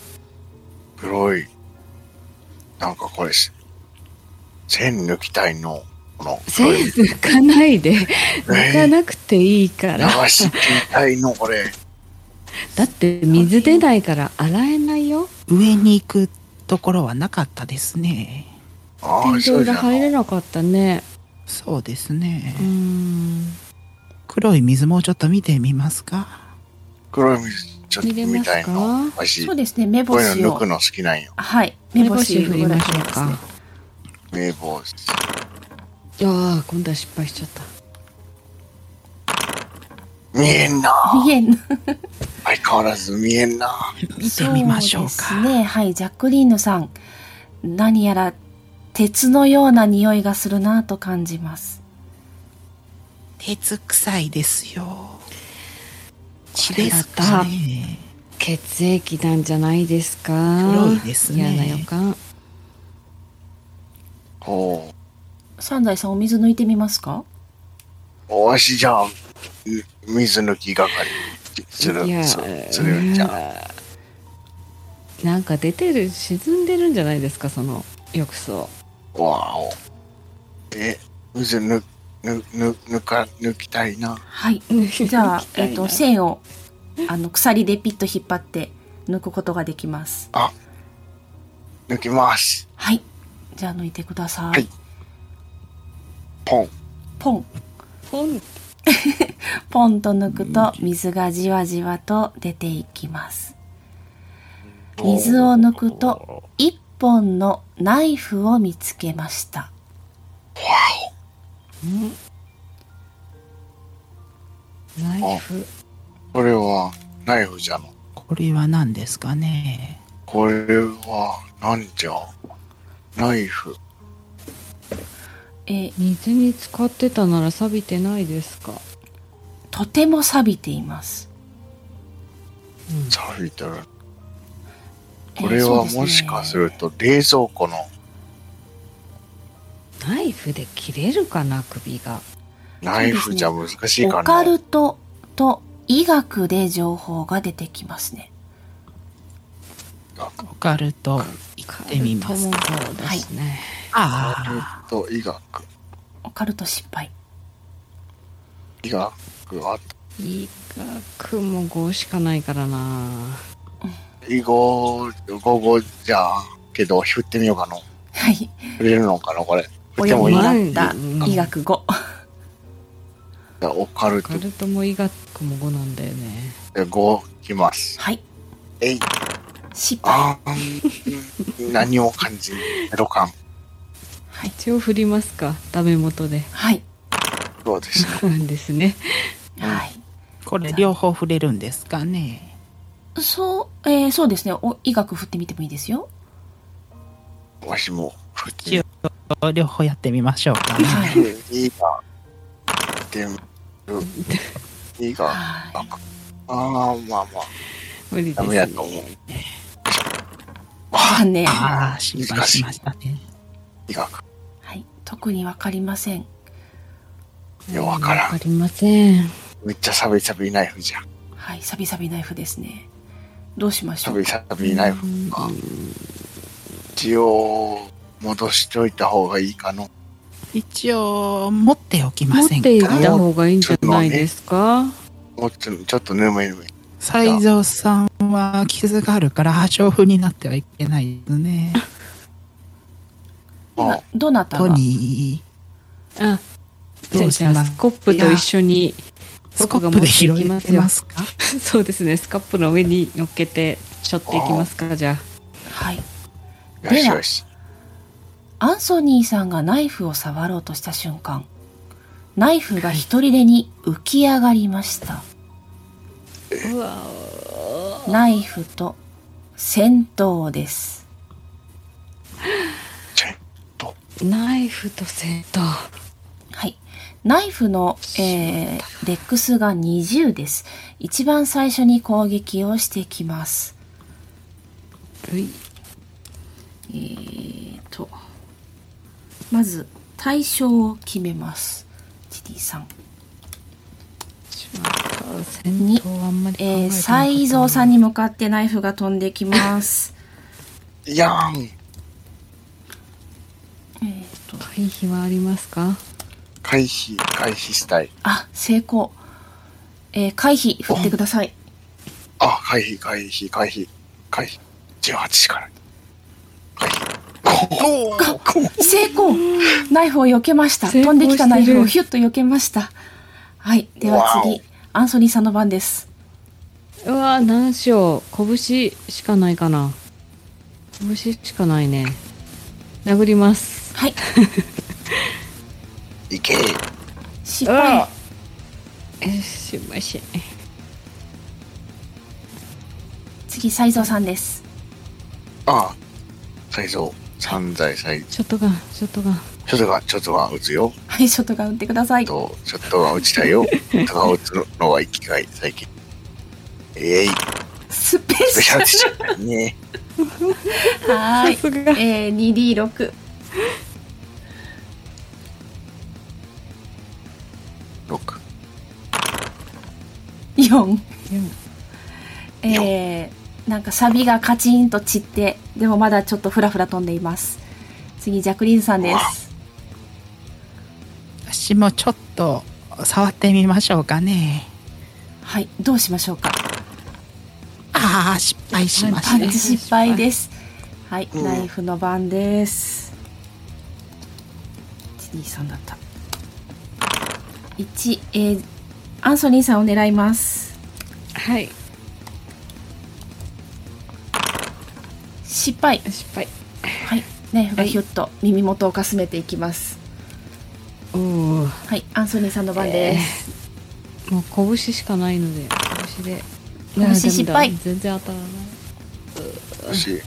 Speaker 1: 黒い。なんかこれし。線抜きたいの。この
Speaker 4: せ
Speaker 1: 黒い。
Speaker 4: い抜かないで抜かなくていいか
Speaker 1: 流
Speaker 4: ら
Speaker 1: し切りたいのこ れ。
Speaker 4: だって水出ないから洗えないよ
Speaker 2: 上に行くところはなかったですね。
Speaker 1: ああ、
Speaker 4: 天
Speaker 1: そう
Speaker 4: 井
Speaker 1: じ
Speaker 4: が
Speaker 1: ゃ
Speaker 4: 入れ
Speaker 1: の。
Speaker 4: なかったね
Speaker 2: そうですね
Speaker 4: う。ーん
Speaker 2: 黒い水もうちょっと見てみますか。
Speaker 1: 黒い水ちょっとみたい
Speaker 4: 入れ
Speaker 1: の
Speaker 4: ますか
Speaker 1: 私
Speaker 3: そ
Speaker 1: こ
Speaker 3: うですね、目
Speaker 1: う
Speaker 3: 星
Speaker 1: いうの抜
Speaker 3: を
Speaker 1: く。の好きなんよ
Speaker 3: はい、目
Speaker 4: 目星
Speaker 3: 星
Speaker 4: 振りましょう
Speaker 3: ですね
Speaker 4: か。
Speaker 1: 名簿
Speaker 4: いやー今度は失敗しちゃった
Speaker 1: 見えんな
Speaker 3: 見えん。
Speaker 1: 相変わらず見えんな
Speaker 2: 見てみましょう
Speaker 3: そ
Speaker 2: か
Speaker 3: ですね、はい、ジャックリーヌさん、何やら鉄のような匂いがするなと感じます。
Speaker 2: 鉄臭いですよ血
Speaker 4: れ
Speaker 2: で
Speaker 4: だ
Speaker 2: すかね
Speaker 4: 血液なんじゃないですか
Speaker 2: 黒いですね
Speaker 4: 嫌な予感
Speaker 1: お
Speaker 3: サンダイさん、お水抜いてみますか
Speaker 1: おわしじゃあう水抜き係する
Speaker 4: いや
Speaker 1: そするんじゃん
Speaker 4: なんか出てる沈んでるんじゃないですかその浴槽
Speaker 1: わおえ水抜抜抜抜か抜きたいな
Speaker 3: はい。じ
Speaker 4: じ
Speaker 3: ゃあ、えっ と、線を、あの、鎖でピッと引っ張って抜くことができます。
Speaker 1: 抜きます
Speaker 3: はい。じゃあ、抜いてください。
Speaker 1: はいポン
Speaker 3: ポン、
Speaker 4: ポン
Speaker 3: ポンと抜くと、水がじわじわと出ていきます。水を抜くと、一本のナイフを見つけました。
Speaker 4: ナイフ
Speaker 1: これはナイフじゃの
Speaker 2: これは何ですかね
Speaker 1: これはなんじゃナイフ
Speaker 3: えー
Speaker 4: 水に浸かってたなら錆びてないですか
Speaker 3: とても錆びています。
Speaker 1: さびてる
Speaker 3: えー
Speaker 1: これ
Speaker 3: そう
Speaker 1: は
Speaker 3: ですね
Speaker 1: もしかすると冷蔵庫の
Speaker 4: ナイフで切れるかな首が
Speaker 1: ナイフじゃ難しい
Speaker 3: オ
Speaker 1: か
Speaker 3: カ
Speaker 1: な、
Speaker 3: ルトと医学で情報が出てきますね。
Speaker 2: オカルト行ってみます
Speaker 4: カルトもそうですね、
Speaker 2: あ
Speaker 1: と医学
Speaker 3: オカルト失敗。
Speaker 1: 医学は
Speaker 4: 医学も5しかないからな
Speaker 1: 囲碁午後じゃけど振ってみようかの
Speaker 3: はい。
Speaker 1: 振れるのかなこれ振って
Speaker 3: 親
Speaker 1: も
Speaker 3: に
Speaker 1: いい
Speaker 4: 親
Speaker 1: な
Speaker 3: 習った医学語。
Speaker 1: オカル
Speaker 4: オ
Speaker 1: ト
Speaker 4: カルトも医学も5なんだよね
Speaker 1: で5きます
Speaker 3: はい。
Speaker 1: えい
Speaker 3: 失敗。
Speaker 1: あーうん何を感じるゼロ感
Speaker 3: はい。
Speaker 4: 一応振りますかダメ元で
Speaker 3: はい。
Speaker 1: そうですね
Speaker 4: ですね
Speaker 3: はい。
Speaker 2: ーこれ両方触れるんですかね
Speaker 3: そう、えーそうですね。お医学振ってみてもいいですよ。
Speaker 1: わしも振っ
Speaker 2: 一
Speaker 1: て
Speaker 2: 応両方やってみましょうかね
Speaker 3: はい。
Speaker 1: みるいいが振ってみるいいが
Speaker 3: は
Speaker 1: ああーまあまあ
Speaker 4: 無理で
Speaker 1: ダ
Speaker 4: す
Speaker 1: メ
Speaker 4: ね
Speaker 1: やと思う
Speaker 3: い。残念。は
Speaker 2: ああ失敗しましたね
Speaker 1: 医学
Speaker 3: い。特にわかりません。
Speaker 1: いやわからん
Speaker 4: わかりません
Speaker 1: めっちゃサビサビナイフじゃん
Speaker 3: はい。サビサビナイフですね。どうしまし
Speaker 1: サ
Speaker 3: ょう
Speaker 1: ビ
Speaker 3: か。
Speaker 1: サビナイフか血を戻しといた方がいいかの
Speaker 2: 一応持っておきま
Speaker 4: 持っ
Speaker 2: せん
Speaker 4: ていた
Speaker 2: か
Speaker 4: 方がいいんじゃないですか、
Speaker 1: もうちょちょっとぬめぬめ
Speaker 2: 斎蔵さんは傷があるから破傷風になってはいけないですね
Speaker 1: あ
Speaker 3: 今、どなた
Speaker 2: ト
Speaker 3: が
Speaker 2: ニ
Speaker 4: あじ
Speaker 2: ど
Speaker 4: ゃあ
Speaker 2: う
Speaker 4: じ
Speaker 2: し
Speaker 4: ゃ
Speaker 2: ます
Speaker 4: あスコップと一緒
Speaker 2: ー
Speaker 4: に
Speaker 2: スコップで拾えてますか
Speaker 4: そうですねスカップの上に乗っけてしょっていきますかじゃ
Speaker 3: はい。
Speaker 1: よしよし
Speaker 3: アンソニーさんがナイフを触ろうとした瞬間、ナイフが一人でに浮き上がりました。
Speaker 4: あうわ
Speaker 3: ナイフと戦闘です。
Speaker 1: チェンと
Speaker 4: ナイフとセット
Speaker 3: はい。ナイフの、えー、デックスが20です。一番最初に攻撃をしてきます。
Speaker 4: うい
Speaker 3: えーと、まず対象を決めます。チティさん。
Speaker 4: しまった戦闘はあんまり考えて
Speaker 3: えー、
Speaker 4: なかったな
Speaker 3: サイゾウさんに向かってナイフが飛んできます。
Speaker 1: やーん
Speaker 3: えーと、
Speaker 4: 回避はありますか
Speaker 1: 回避回避したい
Speaker 3: あ、成功。えー回避、振ってください。
Speaker 1: あ回避回避回避回避18から回避こう
Speaker 3: 成功ナイフを避けました。
Speaker 4: 成
Speaker 3: 飛
Speaker 4: 功
Speaker 3: ん
Speaker 4: してる
Speaker 3: できたナイフをヒュッと避けました。はい。では
Speaker 1: わお
Speaker 3: 次、アンソニーさんの番です。
Speaker 4: うわー何しよう拳しかないかな拳しかないね殴ります
Speaker 3: はい。
Speaker 1: いけ
Speaker 3: 失敗。
Speaker 4: え失敗し
Speaker 3: 次、斎藤さんです。
Speaker 1: ああ、サイゾウ、三在サイ、
Speaker 4: ショットガンショットガン
Speaker 1: ちょっとが、ちょっとは打つよ。
Speaker 3: はい、ショットガン打ってください。
Speaker 1: と、ちょっとは打ちたいよ。とか打つのは生きがい、最近。えい、
Speaker 3: スペ
Speaker 1: スペ
Speaker 3: シ
Speaker 1: シ
Speaker 3: ャ
Speaker 1: ャ
Speaker 3: ル
Speaker 1: ル。ちゃうね。
Speaker 3: はーい。
Speaker 4: すが
Speaker 3: えー、2D6。
Speaker 1: 六。
Speaker 3: 4。
Speaker 4: 四
Speaker 3: えー、なんかサビがカチンと散って、でもまだちょっとフラフラ飛んでいます。次、ジャクリンさんです。
Speaker 2: 私もちょっと触ってみましょうかね。
Speaker 3: はい、どうしましょうか。
Speaker 2: ああ、失敗しま
Speaker 3: パ
Speaker 2: し
Speaker 3: ン
Speaker 2: た
Speaker 3: チ。失敗です。はい、
Speaker 1: うん
Speaker 3: ナイフの番です。123だった。1、えー、アンソニーさんを狙います。
Speaker 4: はい
Speaker 3: 失敗。
Speaker 4: 失敗
Speaker 3: はい、ナイフがひゅっと耳元をかすめていきます。
Speaker 4: おお
Speaker 3: はい、アンソニーさんの番です。
Speaker 4: もう拳しかないので拳で
Speaker 3: 拳
Speaker 4: いや
Speaker 3: 失敗
Speaker 4: ダメだ全然当たらない
Speaker 1: よし。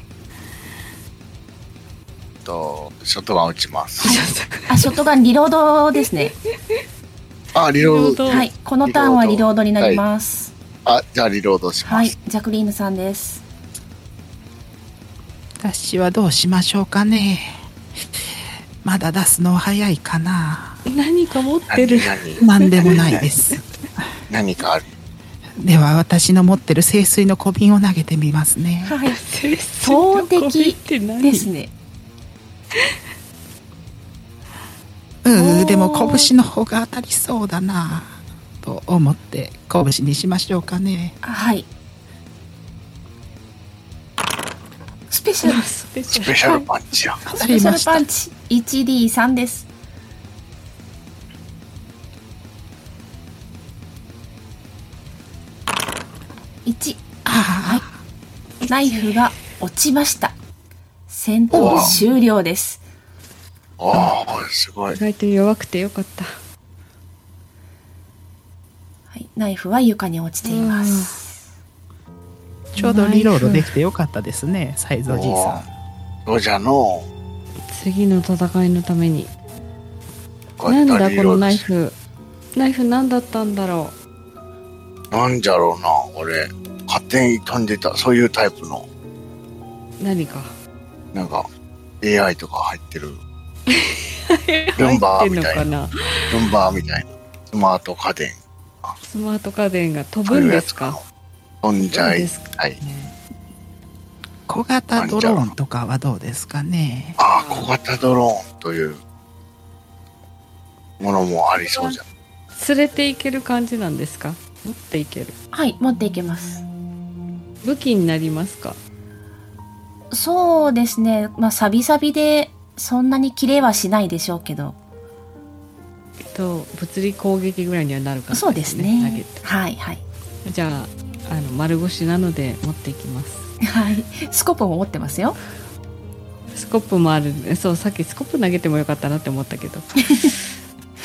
Speaker 1: と、ショットガン打ちます。
Speaker 3: あ、ショットガンリロードですね。
Speaker 1: あ、リロード。
Speaker 4: うん
Speaker 3: はい、このターンはリロードになります。
Speaker 1: あ、じゃあリロードし
Speaker 3: は
Speaker 1: ま
Speaker 3: い
Speaker 1: す。、
Speaker 3: ジャクリーヌさんです。
Speaker 2: 私はどうしましょうかね。まだ出すのは早いかな。
Speaker 4: 何か持ってる
Speaker 1: 何、何、
Speaker 2: なんでもないです。
Speaker 1: 何かある。
Speaker 2: では私の持ってる清水の小瓶を投げてみますね。
Speaker 3: はい、
Speaker 4: 投
Speaker 3: ですね。
Speaker 2: う
Speaker 4: お
Speaker 2: ー
Speaker 4: ー
Speaker 2: でも拳の方が当たりそうだなと思って拳にしましょうかね。
Speaker 3: はい。スペシャル、
Speaker 4: スペシ
Speaker 1: ス
Speaker 4: ャ
Speaker 1: ペシャルパンチや。
Speaker 2: 当
Speaker 3: ス
Speaker 2: た
Speaker 3: ペ
Speaker 2: り
Speaker 3: シャ
Speaker 2: ま
Speaker 3: ル
Speaker 2: し
Speaker 3: パ
Speaker 2: た
Speaker 3: ン。チ、1D3 です。1
Speaker 2: あー
Speaker 3: ナイフが落ちました。戦闘終了です。
Speaker 1: ああ、すごい
Speaker 4: ル意。外と弱くてよかった
Speaker 3: はい、ナイフは床に落ちています。
Speaker 2: ちょうどリロードできてよかったですね、サイズおじいさ
Speaker 1: ロジャーの。
Speaker 4: 次の戦いのために
Speaker 1: こう
Speaker 4: な
Speaker 1: やっ
Speaker 4: ん
Speaker 1: て
Speaker 4: だ
Speaker 1: リ
Speaker 4: こ
Speaker 1: ロード
Speaker 4: のナイ
Speaker 1: する。
Speaker 4: フナイフ何だったんだろ
Speaker 1: なんじゃろうな、俺。勝手に飛んでた、そういうタイプの、
Speaker 4: う何か
Speaker 1: なんか、AI とか入って る、ル
Speaker 4: 入
Speaker 1: ンバー
Speaker 4: ってん
Speaker 1: み
Speaker 4: の
Speaker 1: たい
Speaker 4: か
Speaker 1: な、
Speaker 4: な
Speaker 1: ルンバーみたいな、スマート家電、
Speaker 4: スマート家電が飛
Speaker 1: そう
Speaker 4: ぶ
Speaker 1: いう
Speaker 4: んで
Speaker 1: や
Speaker 4: す
Speaker 1: つかな
Speaker 4: か。
Speaker 1: 飛んじゃ
Speaker 4: そう
Speaker 1: い
Speaker 4: です。
Speaker 1: はい。
Speaker 2: ん。小型ドローンとかはどうですかね。
Speaker 1: ああ、小型ドローンという、ものもありそうじゃん。
Speaker 4: 連れていける感じなんですか持っていける
Speaker 3: はい、持っていけます。
Speaker 4: 武器になりますか
Speaker 3: そうですね。まあ、サビサビで、そんなに綺麗はしないでしょうけど。
Speaker 4: えっと物理攻撃ぐらいにはなるか
Speaker 3: そうですね
Speaker 4: ね。
Speaker 3: はい、はい。
Speaker 4: 投げてじゃああの丸腰なので持っていきます
Speaker 3: はい。スコープも持ってますよ。
Speaker 4: スコップもあるそうさっきスコップ投げてもよかったなって思った けど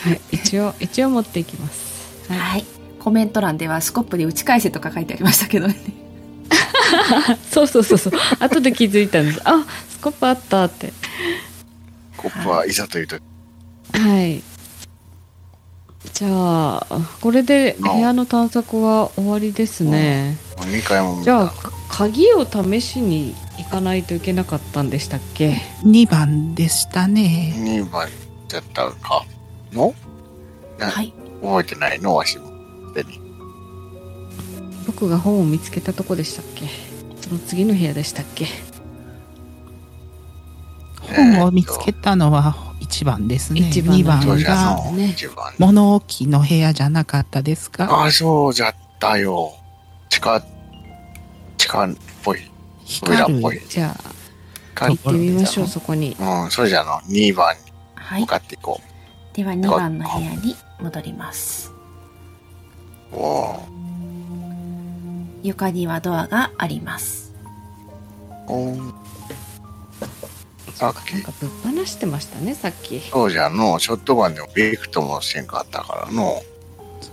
Speaker 4: はい一応一応持っていきますはい
Speaker 3: はい。コメント欄では、スコープで打ち返せとか書いてありましたけどね。
Speaker 4: そうそうそうそう。 後で気づいたんです。あ、スコップあったって。
Speaker 1: コップはいざというとき、
Speaker 4: はい。じゃあこれで部屋の探索は終わりですね。
Speaker 1: 2回も見
Speaker 4: じゃあ
Speaker 1: た。
Speaker 4: か鍵を試しに行かないといけなかったんでしたっけ？
Speaker 2: 2番でしたね。
Speaker 1: 2番だったか。のな
Speaker 3: はい。
Speaker 1: 覚えてないのわしも。でに。
Speaker 4: 僕が本を見つけたとこでしたっけ？その次の部屋でしたっけ？
Speaker 2: 本を見つけたのは1番ですね。
Speaker 4: 一番
Speaker 2: 2
Speaker 4: だ
Speaker 2: 番
Speaker 4: と
Speaker 1: そうじゃ
Speaker 2: が
Speaker 1: の
Speaker 4: ね
Speaker 1: 一番。
Speaker 2: 物置の部屋じゃなかったですか
Speaker 1: ああ、そうじゃったよ。地下、地下っぽい。
Speaker 2: 光
Speaker 1: 扉っぽ
Speaker 2: る
Speaker 1: い
Speaker 4: じゃあ
Speaker 1: 感じ
Speaker 4: 行ってみましょう
Speaker 2: そう
Speaker 4: そこに。
Speaker 1: うん、そうじゃの。2番に
Speaker 3: はい
Speaker 1: 向。かっていこ
Speaker 3: では、2番の部屋に戻ります。
Speaker 1: う。おお。
Speaker 3: 床にはドアがあります。
Speaker 1: おーさっ
Speaker 4: なん
Speaker 1: き
Speaker 4: かぶっ放してましたねさっき
Speaker 1: そうじゃのショットガンでもビクともせんかったからの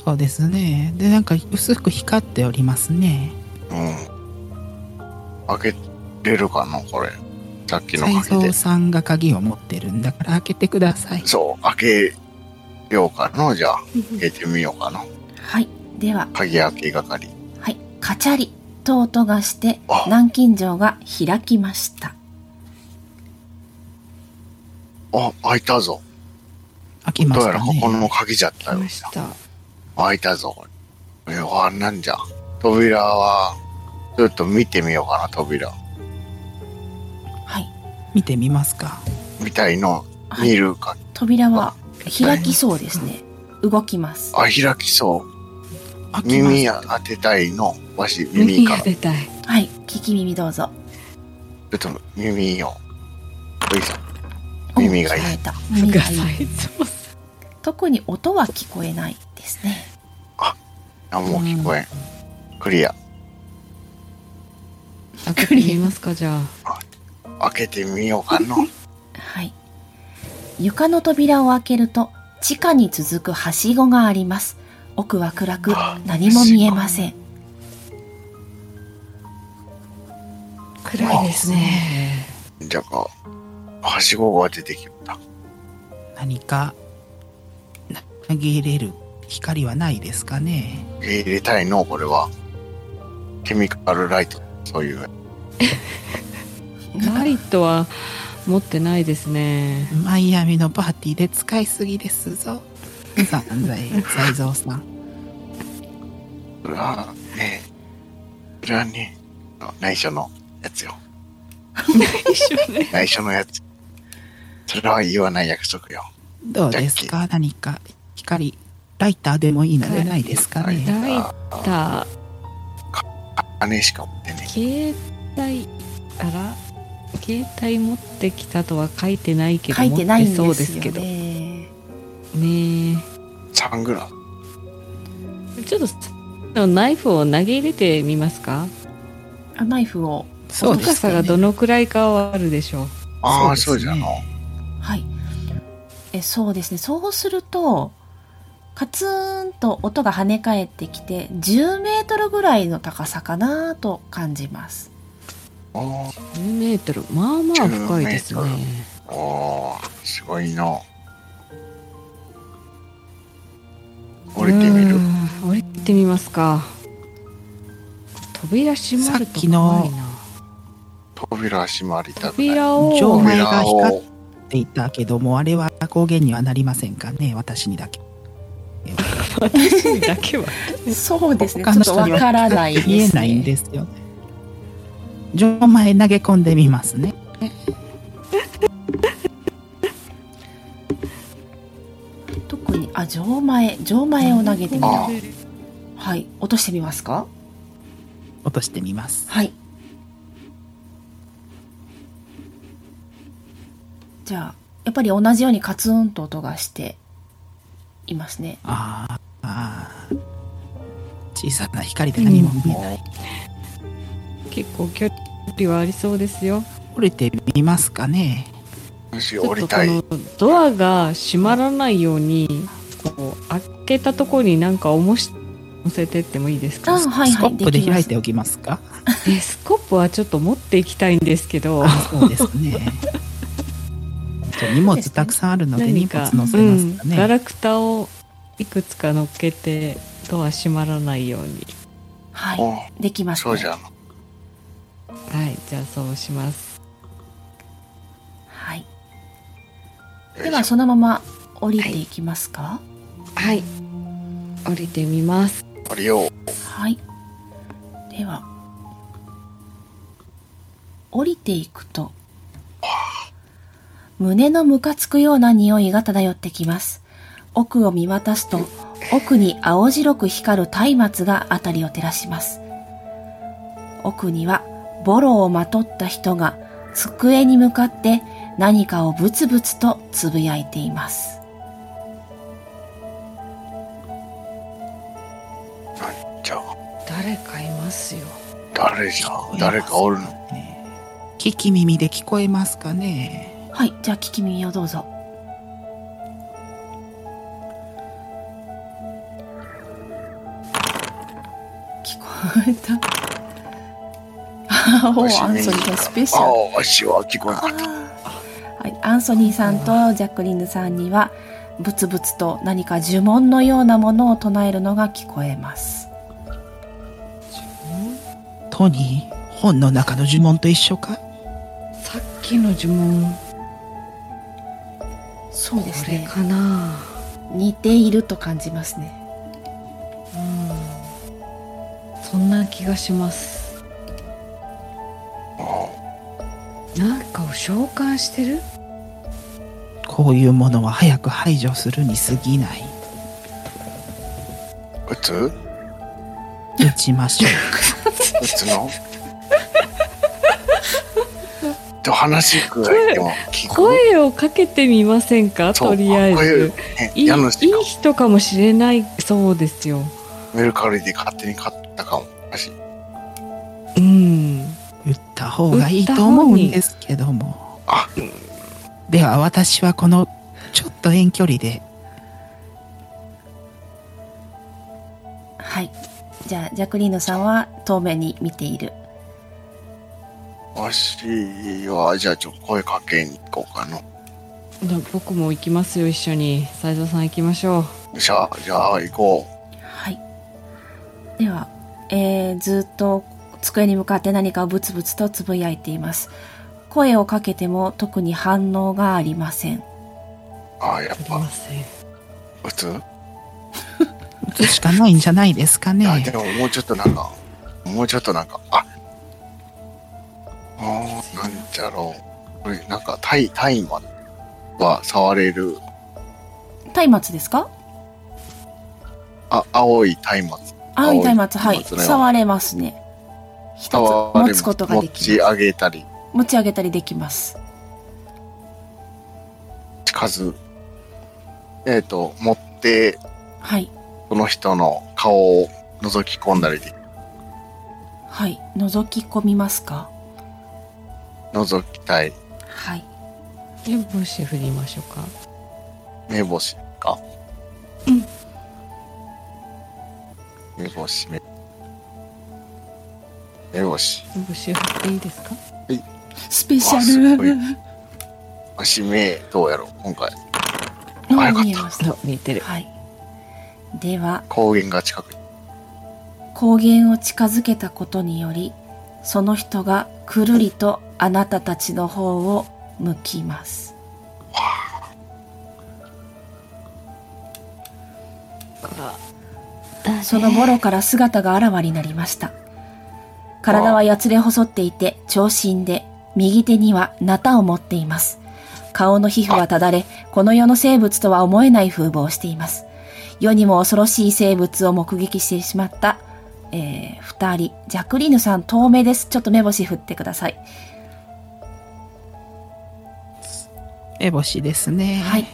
Speaker 2: そうですね。で、なんか薄く光っておりますね。
Speaker 1: うん開けれるかなこれさっきの
Speaker 2: 斎
Speaker 1: 鍵で
Speaker 2: 藤さんが鍵を持ってるんだから開けてください。
Speaker 1: そう開けようかのじゃあ開けてみようかな
Speaker 3: はい。では、
Speaker 1: 鍵開け係
Speaker 3: はい。カチャリと音がして
Speaker 1: あ、
Speaker 3: 南京錠が開きました。
Speaker 1: あ開いたぞ
Speaker 2: 開きま
Speaker 1: どう
Speaker 2: し
Speaker 1: やら
Speaker 2: た
Speaker 1: ここ
Speaker 2: ね。
Speaker 1: の鍵じゃった
Speaker 4: 来
Speaker 1: よ
Speaker 4: ました
Speaker 1: 開いたぞこれえわなんじゃ扉はちょっと見てみようかな扉
Speaker 3: はい。
Speaker 2: 見てみますか。
Speaker 1: みたいの
Speaker 3: は
Speaker 1: 見
Speaker 3: い、
Speaker 1: るか
Speaker 3: 扉は開きそうですね。動きます。
Speaker 1: あ開きそう
Speaker 2: 開きま
Speaker 1: 耳
Speaker 2: し
Speaker 1: 当てたいのわし耳
Speaker 4: 耳
Speaker 1: か
Speaker 4: が
Speaker 1: らち
Speaker 4: 出たい
Speaker 3: はい。聞き耳どうぞ。
Speaker 1: ょっと耳をおいしょ
Speaker 3: お
Speaker 1: 耳がいい
Speaker 3: 冴えた
Speaker 4: なん
Speaker 3: 耳
Speaker 4: か
Speaker 3: がいい
Speaker 4: 斎藤さ
Speaker 3: 特に音は聞こえないですね。
Speaker 1: 何も聞こえん、クリア
Speaker 4: ん開けてみますかじゃあ
Speaker 1: 開けてみようかの
Speaker 3: はい。床の扉を開けると、地下に続くはしごがあります。奥は暗く
Speaker 1: あ、
Speaker 3: 何も見えません。
Speaker 4: 暗いですね
Speaker 1: じゃかはしごが出てきた
Speaker 2: た。何か投げ入れる光はないですかね。
Speaker 1: 入れたいのこれはケミカルライトそういう
Speaker 4: ライトは持ってないですね
Speaker 2: マイアミのパーティーで使いすぎですぞ。 さあ、財財蔵さん。
Speaker 1: それはねそれはねあの内緒のやつよ
Speaker 4: 一緒 ね
Speaker 1: 内緒のやつそれは言わない約束よ
Speaker 2: どうですか何か光、ライターでもいいのでないですか
Speaker 1: はい
Speaker 2: ね。
Speaker 4: ライター
Speaker 1: 姉しか持ってね
Speaker 4: 携帯あら携帯持ってきたとは書いてないけど
Speaker 3: 書いてないんです
Speaker 4: 持
Speaker 3: よ、
Speaker 4: ってそうですけどね
Speaker 3: ね。
Speaker 1: サングラス
Speaker 4: えちょっとナイフを投げ入れてみますか
Speaker 3: あナイフを、
Speaker 2: そうで
Speaker 4: 深
Speaker 2: す
Speaker 4: さ
Speaker 2: よ
Speaker 4: がど
Speaker 2: ね。
Speaker 4: のくらいかはあるでしょう
Speaker 1: ああそ,、
Speaker 2: そううですね
Speaker 1: じゃの
Speaker 3: はい。え、そうですね。そうすると、カツーンと音が跳ね返ってきて、10メートルぐらいの高さかなと感じます。
Speaker 1: おー
Speaker 4: 10メートルまあまあ深いですね
Speaker 1: 10メおーすごいの降りてみる
Speaker 4: うん降りてみますか扉閉まる
Speaker 2: さっ
Speaker 4: と
Speaker 2: きの
Speaker 4: 怖いな
Speaker 1: 扉閉まりたくない
Speaker 4: 扉を
Speaker 2: 上前
Speaker 1: 扉
Speaker 2: が光
Speaker 1: を
Speaker 2: っって言ったけども、あれは光源にはなりませんかね私にだけ。
Speaker 4: 私だけは
Speaker 3: そうですね。ちょ
Speaker 2: 他の
Speaker 3: っ
Speaker 2: 人
Speaker 3: と
Speaker 2: には
Speaker 3: わからないです、ね。
Speaker 2: 見えないんですよね。錠前投げ込んでみますね。
Speaker 3: 特に、あ、錠前、錠前を投げてみ
Speaker 1: あ
Speaker 3: た
Speaker 1: あ。
Speaker 3: はい。落としてみますか
Speaker 2: 落としてみます。
Speaker 3: はい。じゃあ、やっぱり同じようにカツンと音がしていますね。
Speaker 2: あーあー。小さな光で何も見えない。
Speaker 4: 結構距離はありそうですよ
Speaker 2: 折れてみますかね。
Speaker 1: もし
Speaker 4: ちょ
Speaker 1: 降
Speaker 4: っ
Speaker 1: り
Speaker 4: とこ
Speaker 1: たい
Speaker 4: のドアが閉まらないようにこう開けたところになんか重し乗せてってもいいですか
Speaker 3: あはいはい
Speaker 2: スコップで
Speaker 3: できます
Speaker 2: 開いておきますか。
Speaker 4: でスコップはちょっと持っていきたいんですけど
Speaker 2: あそうです ね。じゃあ荷物たくさんあるので荷
Speaker 4: 何
Speaker 2: 物載
Speaker 4: か、
Speaker 2: せますか
Speaker 4: うん、ガ
Speaker 2: ね。
Speaker 4: ラクタをいくつか乗っけてドア閉まらないように
Speaker 3: は
Speaker 1: おー
Speaker 3: い。できます、ね。
Speaker 1: そうじゃの
Speaker 4: はいじゃあそうします
Speaker 3: はい。
Speaker 1: よ
Speaker 3: で
Speaker 1: い
Speaker 3: は、
Speaker 1: し
Speaker 3: そのまま降りていきますか
Speaker 4: はい降りてみます
Speaker 1: ょ降りよう
Speaker 3: はい。では、降りていくと、胸のムカつくような匂いが漂ってきます。奥を見渡すと、奥に青白く光る松明が辺りを照らします。奥には、ボロをまとった人が机に向かって何かをブツブツとつぶやいています。
Speaker 1: なんじゃ
Speaker 4: 誰かいまますよ。
Speaker 1: 誰じゃ誰かおるの
Speaker 2: ね聞き耳で聞こえますかね
Speaker 3: はい、じゃあ聞き耳をどうぞ。聞こえた。 あおうアンソニーのスペシャル。
Speaker 1: ああ、わしは聞こえなかっ
Speaker 3: はい、アンソニーさんとジャクリーヌさんにはブツブツと何か呪文のようなものを唱えるのが聞こえます
Speaker 2: トニー本の中の呪文と一緒か
Speaker 4: さっきの呪文、
Speaker 3: そう
Speaker 4: これかな。
Speaker 3: 似ていると感じますね
Speaker 4: うんそんな気がしますなんかを召喚してる
Speaker 2: こういうものは早く排除するに過ぎない
Speaker 1: た。普通
Speaker 2: 打ちましょう
Speaker 1: 普通 のと話くらいでも聞く
Speaker 4: 声をかけてみませんか
Speaker 1: そう
Speaker 4: とりあえず
Speaker 1: 声ね
Speaker 4: いいい
Speaker 1: 家主が
Speaker 4: い人かもしれないそうですよ
Speaker 1: メルカリで勝手に買ったかも。わし
Speaker 4: うん
Speaker 2: 打った方がいいと思うんですけども
Speaker 1: あ、
Speaker 2: では私はこのちょっと遠距離で
Speaker 3: はいじゃあジャクリーヌさんは遠目に見ている
Speaker 1: わしは、じゃあちょっと声かけに行こうかの。
Speaker 4: じゃあ僕も行きますよ一緒に斎藤さん行きましょう
Speaker 1: じゃあ、じゃあ行こ
Speaker 3: はいでは、えーずっと机に向かって何かをブツブツとつぶやいています声をかけても特に反応がありません
Speaker 1: う。ああ、やっ
Speaker 4: あり
Speaker 1: ぱ
Speaker 4: ません
Speaker 1: 普通
Speaker 2: 打つしかないんじゃないですか
Speaker 1: いやで
Speaker 2: ね
Speaker 1: ももうちょっとなんかもうちょっとなんかああーなんじゃろうこれなんか大大麻は触れる
Speaker 3: 松明ですか
Speaker 1: あ青い大麻
Speaker 3: 青い松明は
Speaker 1: 青い
Speaker 3: い
Speaker 1: 松明は
Speaker 3: 触れますね一つ
Speaker 1: 触れ
Speaker 3: 持つことがで
Speaker 1: 持ち
Speaker 3: きます
Speaker 1: 上げたり
Speaker 3: 持ち上げたりできます
Speaker 1: 近づえっ、と持って
Speaker 3: はい
Speaker 1: その人の顔を覗き込んだりで
Speaker 3: はい覗き込みますか
Speaker 1: 覗きたい
Speaker 3: はい
Speaker 4: で帽子振りましょうか
Speaker 1: 目星か
Speaker 4: うん
Speaker 1: 目星目目星
Speaker 4: 帽子振っていいですか
Speaker 3: スペシ
Speaker 1: あす
Speaker 3: ャ
Speaker 1: ごい
Speaker 3: ル
Speaker 1: 足目どうやろう今回
Speaker 3: の
Speaker 1: あよかった
Speaker 3: 見えました
Speaker 4: あ似てる
Speaker 3: はいでは
Speaker 1: 高原が近くに
Speaker 3: 光源を近づけたことによりその人がくるりとあなたたちの方を向きますそのボロから姿があらわになりました体はやつれ細っていて長身で右手にはナタを持っています顔の皮膚はただれこの世の生物とは思えない風貌をしています世にも恐ろしい生物を目撃してしまった、えー、二人ジャクリーヌさん遠目ですちょっと目星振ってください
Speaker 2: 目星ですね
Speaker 3: はい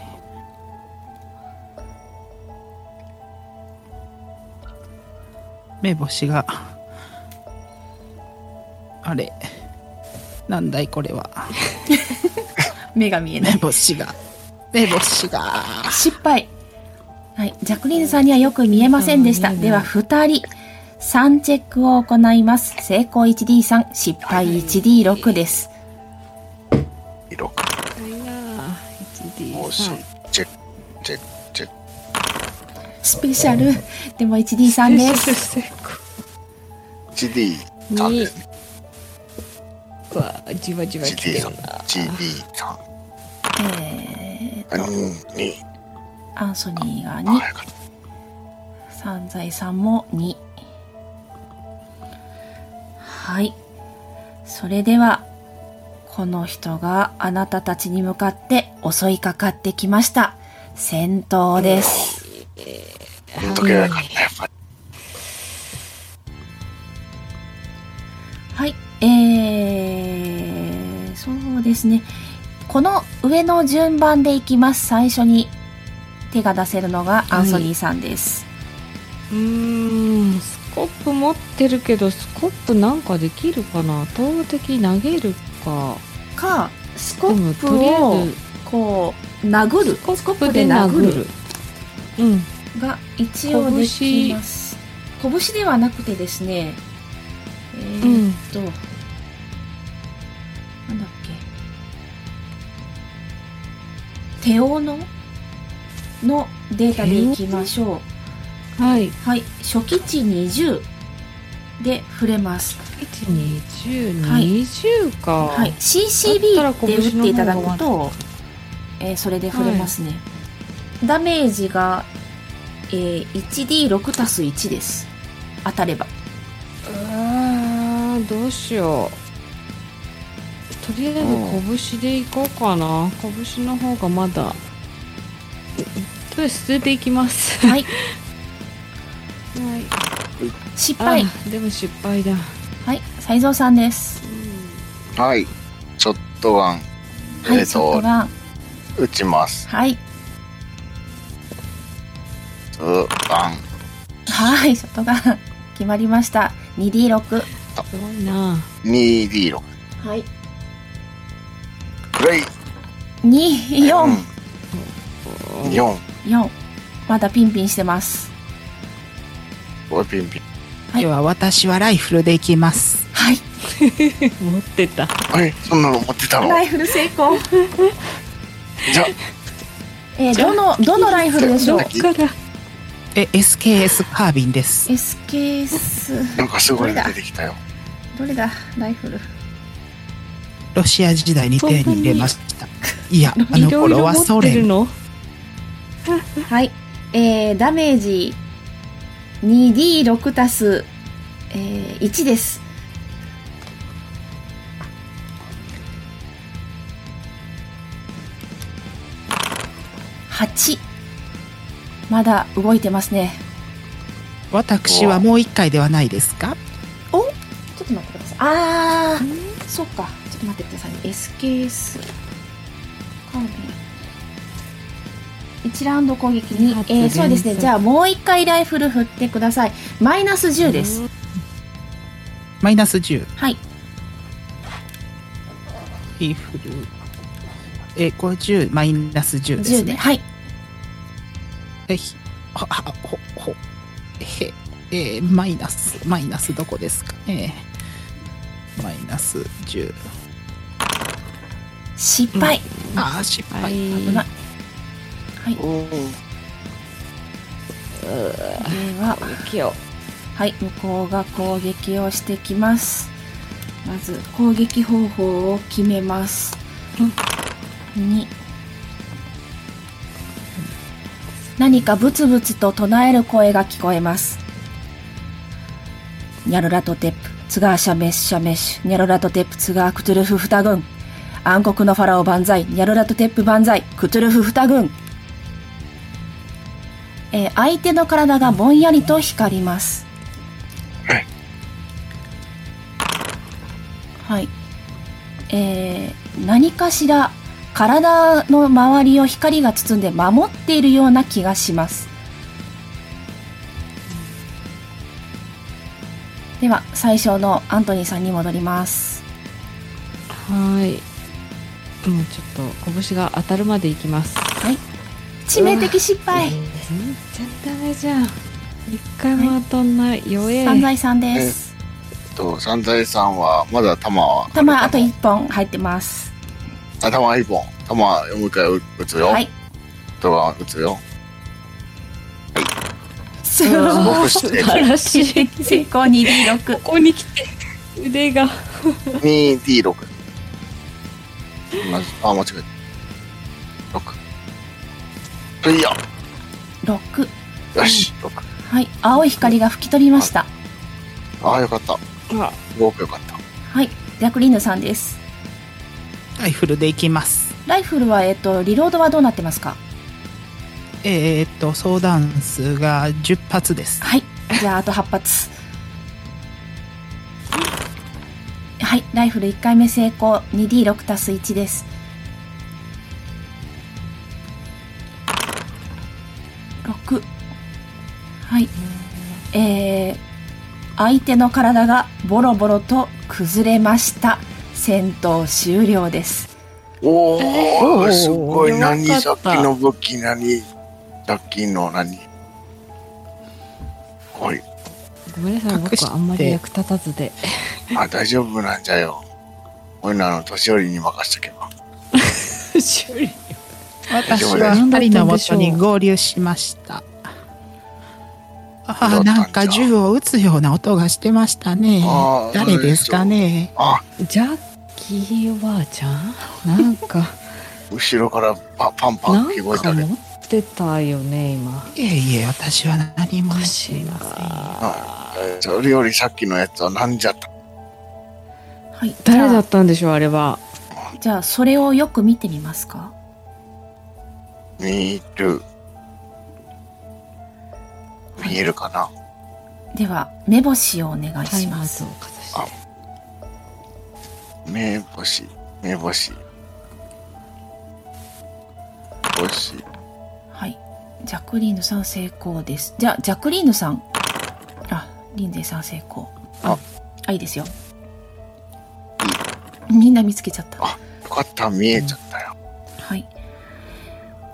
Speaker 2: 目星があれなんだいこれ は
Speaker 3: 目が見えな
Speaker 2: 目
Speaker 3: い
Speaker 2: 星が目星が
Speaker 3: 失敗。はい、ジャクリーヌさんにはよく見えませんでした。
Speaker 4: うん
Speaker 3: では、二人、3チェックを行います。成功 1D3、失敗 1D6 です。
Speaker 1: 色星
Speaker 4: 1D3
Speaker 1: チェックチェックチェック
Speaker 3: スペシャル。でも 1D3 です。
Speaker 4: 成功
Speaker 1: 1D さんですね
Speaker 4: うわじわじわ来
Speaker 1: 1D
Speaker 4: てる
Speaker 1: さん
Speaker 4: な
Speaker 1: 1D さ
Speaker 3: え
Speaker 1: んうんに
Speaker 3: ー、アンソニーが
Speaker 1: あ
Speaker 3: 2、
Speaker 1: よかっ
Speaker 3: 三財さんも2。はい。それでは、この人があなたたちに向かって襲いかかってきました。戦闘です。
Speaker 1: たほんとけなかったやっぱり
Speaker 3: はい、えー、そうですね。この上の順番でいきます。最初に手が出せるのがアンソニーさんです。
Speaker 4: うーんコップ持ってるけどスコップなんかできるかな投擲投げるか
Speaker 3: かス
Speaker 4: で
Speaker 3: コ
Speaker 4: も
Speaker 3: ッ
Speaker 4: と
Speaker 3: プ
Speaker 4: りあ
Speaker 3: を
Speaker 4: えず
Speaker 3: こう殴る
Speaker 4: コップで殴るうん
Speaker 3: が一応できます拳ではなくてですねえー、っと、なんだっけ手斧のデータでいきましょう
Speaker 4: はい
Speaker 3: はい初期値20で振れます
Speaker 4: 12020、
Speaker 3: はい
Speaker 4: 20か
Speaker 3: は、
Speaker 4: はいい、だった
Speaker 3: CCB
Speaker 4: ら
Speaker 3: で打っていただ
Speaker 4: 拳の
Speaker 3: くと、えーそれで触れますね、ダメージが、えー 1D6 たす1です当たれ ば
Speaker 4: あーどうしようとりあえず拳でいこうかな、拳の方がまだとりあえず捨てていきます
Speaker 3: はい
Speaker 4: はい
Speaker 3: 失
Speaker 4: あ
Speaker 3: 敗
Speaker 4: ーでも失敗だ
Speaker 3: はい斎蔵さんです
Speaker 1: はい。ショットガン、
Speaker 3: はい、
Speaker 1: えーと
Speaker 3: ショットガン
Speaker 1: 撃ちます。
Speaker 3: はい
Speaker 1: うーバン。
Speaker 3: はいショットガン 決まりました 2D6
Speaker 4: すごいな
Speaker 1: 2D6。
Speaker 3: はい
Speaker 1: プレイ。
Speaker 3: 244
Speaker 1: 4。4。
Speaker 3: まだピンピンしてます
Speaker 1: これピンピン。
Speaker 3: はい
Speaker 2: では私はライフルでいきます。
Speaker 3: はい
Speaker 4: 持ってた
Speaker 1: え、そんなの持ってたの
Speaker 3: ライフル成功
Speaker 1: じゃ、
Speaker 3: えーどのどのライフルでしょ
Speaker 4: ど
Speaker 3: う
Speaker 4: っから
Speaker 2: え、SKS カービンです。
Speaker 3: SKS
Speaker 1: なんかすごいの出てきたよ。
Speaker 3: どれだライフル
Speaker 2: ロシア時代に手に入れました。いや、あ
Speaker 4: い
Speaker 2: の
Speaker 4: ろい
Speaker 2: 頃
Speaker 4: ろ
Speaker 2: は
Speaker 4: 持
Speaker 2: ソ
Speaker 4: ってる
Speaker 2: 連。
Speaker 4: の
Speaker 3: はい。えー、ダメージ 2D6 たす、えー、1です。8まだ動いてますね。
Speaker 2: 私はもう一回ではないですか
Speaker 3: ちょっと待ってください。あー、そっか。ちょっと待ってくださいね。SKS。カービィ。1ラウンド攻撃に
Speaker 4: 二、発
Speaker 3: えーそうですね。
Speaker 4: 連続
Speaker 3: じゃあもう1回ライフル振ってください。マイナス10です。
Speaker 2: マイナス10。
Speaker 3: はい。
Speaker 2: イーフル。え、50マイナス10です
Speaker 3: 10で。
Speaker 2: ね。
Speaker 3: はい。
Speaker 2: え、ひあ、あほ、ほ、へ、えーマイナス、マイナスどこですかね。マイナス10。
Speaker 3: 失敗。
Speaker 2: あー、失
Speaker 4: は
Speaker 2: 敗。
Speaker 3: 危ないい。はい。では、
Speaker 4: 気を
Speaker 3: はい。向こうが攻撃をしてきます。まず、攻撃方法を決めます。に何かブツブツと唱える声が聞こえますニャロラトテップツガーシャメッシャメッシュニャロラトテップツガークトゥルフフタ軍暗黒のファラオ万歳ニャロラトテップ万歳クトゥルフフタ軍えー相手の体がぼんやりと光ります
Speaker 1: はい
Speaker 3: はいえー何かしら体の周りを光が包んで守っているような気がしますでは最初のアントニーさんに戻ります
Speaker 4: はいもうちょっと拳が当たるまでいきます
Speaker 3: 致命的失敗
Speaker 4: 全然ダメじゃん一回も当たんない、弱え
Speaker 3: 三財さんです
Speaker 1: えっと、三財さんは、まだ弾は。
Speaker 3: 玉あと1本入ってます
Speaker 1: あ、弾1本。弾、もう一回撃つよ。
Speaker 3: はい。
Speaker 1: ドラ撃つよ。
Speaker 3: す
Speaker 4: う
Speaker 1: す
Speaker 4: わ
Speaker 1: ご
Speaker 4: ー
Speaker 1: くして
Speaker 4: 素晴らしい
Speaker 3: 成功 2D6
Speaker 4: ここに来て腕が
Speaker 1: 2D6。同じあ、間違えた。6。プリア
Speaker 3: 6
Speaker 1: よし、6。
Speaker 3: はい青い光が吹き取りました
Speaker 1: ああ、よかった。
Speaker 4: あ
Speaker 1: すごくよかった。
Speaker 3: はいジャクリーヌさんです
Speaker 2: ライフルでいきます。
Speaker 3: ライフルはえっとリロードはどうなってますか
Speaker 2: えーっと、相談数が10発です。
Speaker 3: はい。じゃあ、あと8発。はい。ライフル1回目成功。2D6 たす1です。6。はい。えー、相手の体がボロボロと崩れました戦闘終了です
Speaker 1: お
Speaker 2: お
Speaker 1: お
Speaker 2: ー
Speaker 1: すごい何
Speaker 4: よ
Speaker 1: さ
Speaker 4: か
Speaker 1: っ
Speaker 4: っ
Speaker 1: き
Speaker 4: た
Speaker 1: の武器何さっきの何おい
Speaker 4: ごめんなさい
Speaker 2: 隠して
Speaker 4: 僕はあんまり役立たずで
Speaker 1: あ大丈夫なんじゃよ俺らの年寄りに任しとけば
Speaker 4: 修理
Speaker 2: 私は二人のもとに合流しました。ああ、なんか銃を撃つような音がしてましたね
Speaker 1: あー。
Speaker 2: 誰ですかね。
Speaker 1: あ
Speaker 4: ジャッキーおばあちゃんなん か
Speaker 1: 後ろからパパンパ
Speaker 4: な
Speaker 1: ン聞こえ
Speaker 4: ん
Speaker 1: た
Speaker 4: か
Speaker 1: けど
Speaker 4: 持ってたよね今
Speaker 2: いえいえ、私は何も
Speaker 4: おか
Speaker 2: 知
Speaker 4: し
Speaker 2: り
Speaker 4: いな
Speaker 2: ませんよ。
Speaker 1: それよりさっきのやつは何じゃった
Speaker 3: はい
Speaker 4: 誰だったんでしょうあれは
Speaker 3: じゃあじゃあそれをよく見てみますか
Speaker 1: 見る見えるかな
Speaker 3: では目星をお願い
Speaker 4: タイ
Speaker 3: し
Speaker 4: マ
Speaker 3: ます
Speaker 4: ーズをかざして
Speaker 1: 目星目星星
Speaker 3: はいジャクリーヌさん成功ですじゃあジャクリーヌさんあリンゼイさん成功
Speaker 1: あ
Speaker 3: あいいですよみんな見つけちゃった
Speaker 1: あよかった見えちゃったよ、
Speaker 3: はい。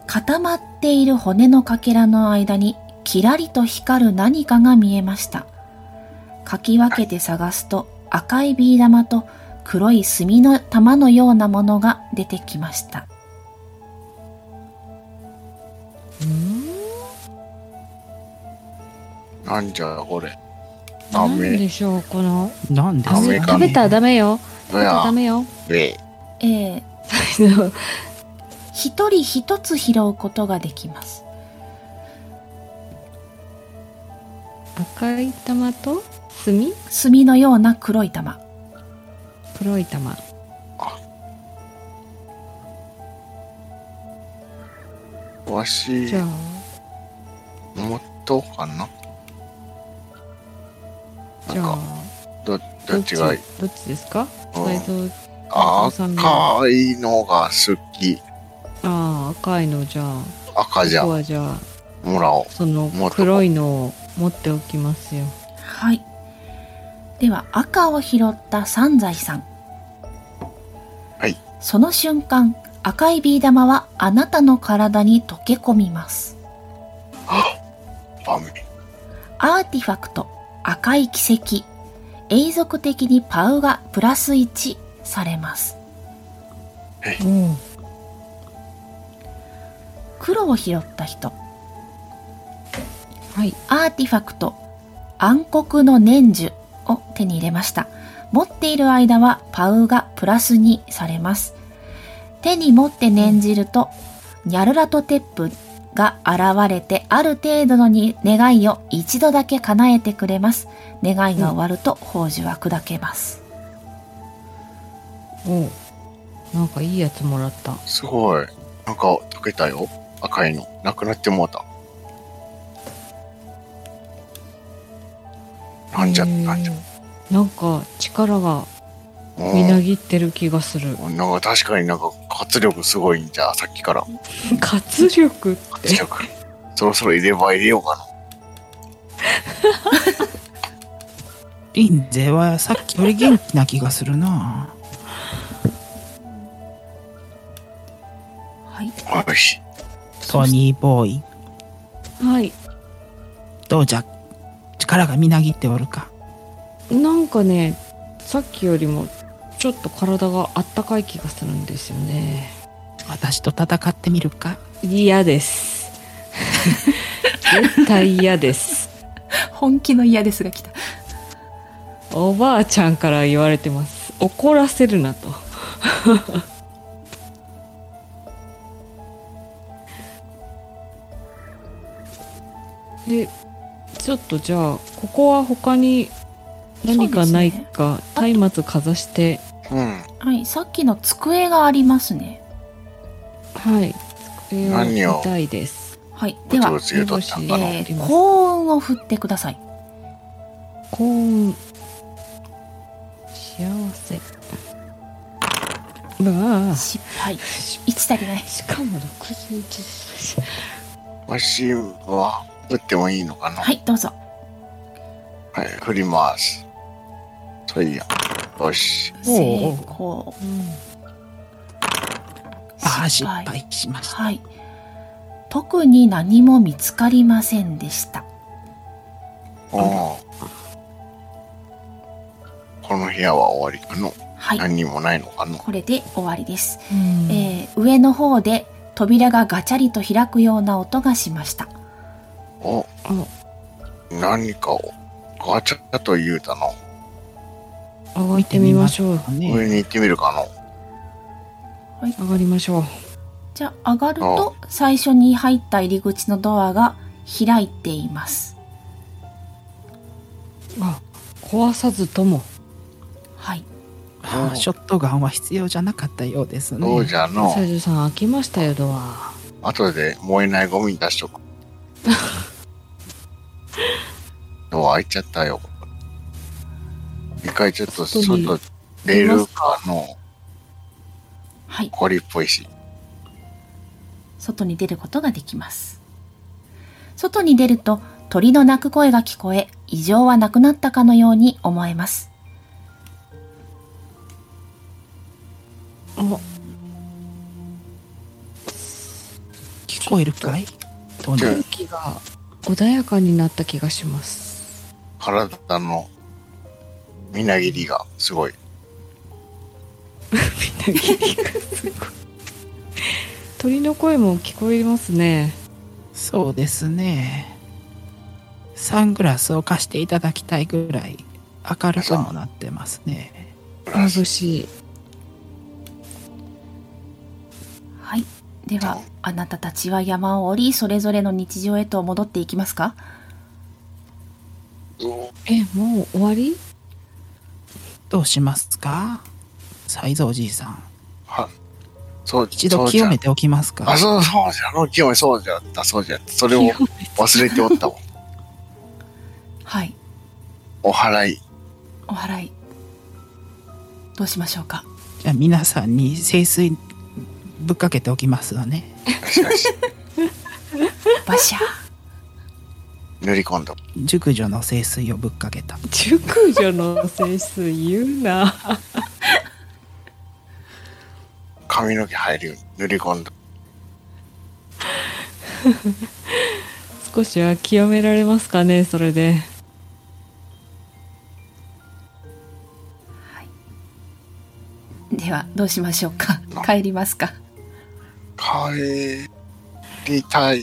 Speaker 3: 固まっている骨のかけらの間に、キラリと光る何かが見えました。かき分けて探すと、赤いビー玉と黒い墨の玉のようなものが出てきました。
Speaker 1: なんじゃこれダ
Speaker 4: 何
Speaker 1: メ
Speaker 4: でしょうこの
Speaker 2: なんで
Speaker 1: ダ
Speaker 2: す
Speaker 1: メ
Speaker 2: か
Speaker 1: か
Speaker 4: 食
Speaker 2: ね
Speaker 4: べたらダメよ食
Speaker 1: ど
Speaker 4: べたら
Speaker 1: や
Speaker 4: ダメよ
Speaker 1: べ
Speaker 3: えー、一人一つ拾うことができます。
Speaker 4: 赤い玉と墨
Speaker 3: 墨のような黒い玉。
Speaker 4: 黒い玉
Speaker 1: わし
Speaker 4: じゃあ
Speaker 1: もっとかなな
Speaker 4: じ
Speaker 1: ん
Speaker 4: ゃ
Speaker 1: か
Speaker 4: あ
Speaker 1: どど
Speaker 4: ど
Speaker 1: っ
Speaker 4: っち
Speaker 1: ち
Speaker 4: ど
Speaker 1: が
Speaker 4: っ
Speaker 1: いい
Speaker 4: ちですか
Speaker 1: うん
Speaker 4: サイズ
Speaker 1: あ
Speaker 4: お父さんね
Speaker 1: 赤いのが好き
Speaker 4: ああ赤いのじゃあ
Speaker 1: 赤じゃ
Speaker 4: 僕はじゃあ
Speaker 1: もらおう
Speaker 4: その
Speaker 1: もっと
Speaker 4: 黒いのを持っておきますよ
Speaker 3: はい。では赤を拾った三財さん。
Speaker 1: はい。
Speaker 3: その瞬間、赤いビー玉はあなたの体に溶け込みます。
Speaker 1: ダメ
Speaker 3: アーティファクト、赤い奇跡。永続的にパウがプラス1されます。黒を拾った人。
Speaker 4: はい
Speaker 3: アーティファクト暗黒の念珠を手に入れました持っている間はパウがプラスにされます手に持って念じるとニャルラトテップが現れてある程度のに願いを一度だけ叶えてくれます願いが終わると宝珠は砕けます、
Speaker 4: おうなんかいいやつもらった
Speaker 1: すごいなんか溶けたよ赤いのなくなってもうたなんじゃ
Speaker 4: へー
Speaker 1: なんじゃ
Speaker 4: なんか力が
Speaker 1: う
Speaker 4: みなんぎってる気がする
Speaker 1: なんか確かになんか活力すごいんじゃさっきから
Speaker 4: 活力って
Speaker 1: 活力そろそろ入れ歯入れようか
Speaker 2: リンゼはさっきより元気な気がするな。
Speaker 3: はい、
Speaker 1: なよし
Speaker 2: トニーボーイ、
Speaker 4: はい
Speaker 2: どうじゃ力がみなぎっておるか。
Speaker 4: なんかねさっきよりもちょっと体があったかい気がするんですよね
Speaker 2: 私と戦ってみるか。
Speaker 4: 嫌です 絶対嫌です
Speaker 3: 本気の嫌ですが来た
Speaker 4: おばあちゃんから言われてます怒らせるなと でちょっとじゃあここは他に何かないか、松明かざして
Speaker 1: うん
Speaker 3: はいさっきの机がありますね
Speaker 4: はい机を
Speaker 1: 何を
Speaker 4: 見たいです
Speaker 3: はいでは
Speaker 1: ぶ、つぶつ言うとったんかな
Speaker 4: え
Speaker 3: え
Speaker 4: ー
Speaker 3: ー、幸運を振ってください
Speaker 4: 幸運幸せうわあ
Speaker 3: 失敗1足りない
Speaker 4: しかも61
Speaker 1: わしは打ってもいいのかな
Speaker 3: はい、どうぞ。
Speaker 1: はい、振ります。トイヤ。よし。
Speaker 3: 成功。
Speaker 2: ああ、失敗しました。
Speaker 3: はい。特に何も見つかりませんでした。
Speaker 1: おお。この部屋は終わりかの
Speaker 3: はい。
Speaker 1: 何にもないのかの
Speaker 3: これで終わりです。
Speaker 4: うん
Speaker 3: えー上の方で扉がガチャリと開くような音がしました。
Speaker 1: お何かをガチャと言うたの。
Speaker 4: 上がってみましょう。
Speaker 2: ね、
Speaker 1: 上に行ってみるかの
Speaker 4: 上がりましょう。
Speaker 3: じゃあ上がると最初に入った入り口のドアが開いています。
Speaker 4: あ、壊さずとも。
Speaker 3: はい。
Speaker 2: ああショットガンは必要じゃなかったようですね。
Speaker 1: どうじゃの
Speaker 4: 西条さん、開きましたよ、ドア。
Speaker 1: 後で燃えないゴミに出し とく。ドア開いちゃったよ。一回ちょっと
Speaker 4: 外に
Speaker 1: 外出るかの
Speaker 3: はい。
Speaker 1: 埃っぽいし。
Speaker 3: 外に出ることができます。外に出ると鳥の鳴く声が聞こえ、異常はなくなったかのように思えます。
Speaker 4: あ、
Speaker 2: 聞こえるかいどうな
Speaker 1: うん
Speaker 2: る
Speaker 4: 空気が穏やかになった気がします。
Speaker 1: 体のみなぎりがすごい。
Speaker 4: みんな聞いてくすごい鳥の声も聞こえますね。
Speaker 2: そうですね。サングラスを貸していただきたいぐらい明るくもなってますね。
Speaker 4: 眩しい。
Speaker 3: はい。では、あなたたちは山を降り、それぞれの日常へと戻っていきますか
Speaker 4: え、もう終わり
Speaker 2: どうしますか才蔵じいさん。
Speaker 1: はそう
Speaker 2: 一度清めておきますか
Speaker 1: あ、そうそうじゃの、清めそうじゃった、そうじゃった。それを忘れておったわ。
Speaker 3: はい。
Speaker 1: お祓い。
Speaker 3: お祓い。どうしましょうか
Speaker 2: じゃあ皆さんに清水ぶっかけておきますわね。
Speaker 1: よしよし
Speaker 3: バシャー。
Speaker 1: 塗り込んだ。
Speaker 2: 熟女の清水をぶっかけた。
Speaker 4: 熟女の性質言うな。
Speaker 1: 髪の毛入るように塗り込んだ。
Speaker 4: 少しは清められますかね、それで。
Speaker 3: では、どうしましょうか帰りますか
Speaker 1: 帰りたい。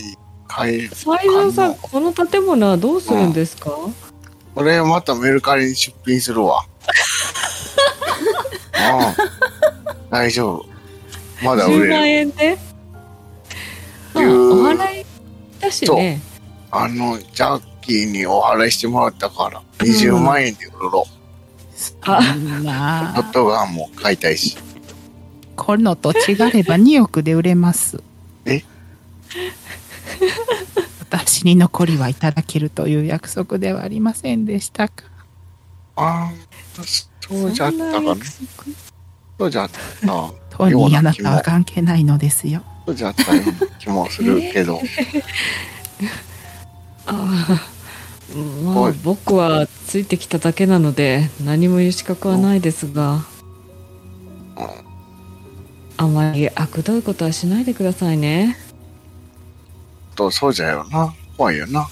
Speaker 1: 帰るか
Speaker 4: 西条さん、
Speaker 1: の。
Speaker 4: この建物はどうするんですか、
Speaker 1: 俺またメルカリに出品するわ。うん。大丈夫。まだ売
Speaker 4: 10
Speaker 1: れ
Speaker 4: 万
Speaker 1: る。
Speaker 4: 円であ
Speaker 1: 言う
Speaker 4: お祓いだしね
Speaker 1: あの、ジャッキーにお祓いしてもらったから、20万円で売ろう。
Speaker 4: あ
Speaker 2: そん
Speaker 1: ホ
Speaker 2: な
Speaker 1: ットガンも買いたいし。
Speaker 2: このと違れば2億で売れます。
Speaker 1: え
Speaker 2: 私に残りはいただけるという約束ではありませんでしたか。
Speaker 1: ああ、そうじゃったかな。そうじゃった。
Speaker 2: 当
Speaker 1: よう
Speaker 2: 人あ
Speaker 1: な
Speaker 2: な
Speaker 1: 気も
Speaker 2: たは関係ないのですよ。
Speaker 1: そうじゃったような気もするけど。
Speaker 4: ああま
Speaker 1: は
Speaker 4: あ
Speaker 1: い
Speaker 4: 僕はついてきただけなので何も言う資格はないですが
Speaker 1: うん
Speaker 4: あまりあくどいことはしないでくださいね
Speaker 1: と、そうじゃよな。怖いよな。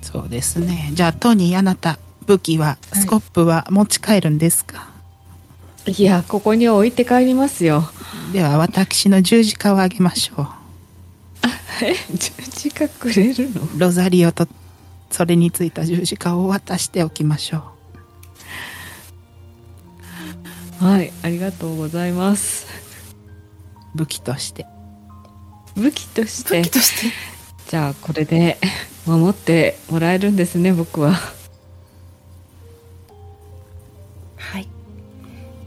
Speaker 2: そうですね。じゃあトニーあなた武器はスコップは持ち帰るんですか、
Speaker 4: いやここに置いて帰りますよ
Speaker 2: では私の十字架をあげましょ
Speaker 4: 十字架くれるの
Speaker 2: う。ロザリオとそれについた十字架を渡しておきましょう。
Speaker 4: はいありがとうございます
Speaker 2: 武器として。
Speaker 4: 武器とし
Speaker 3: 武
Speaker 4: て
Speaker 3: 器として。
Speaker 4: じゃあこれで守ってもらえるんですね僕は
Speaker 3: はい。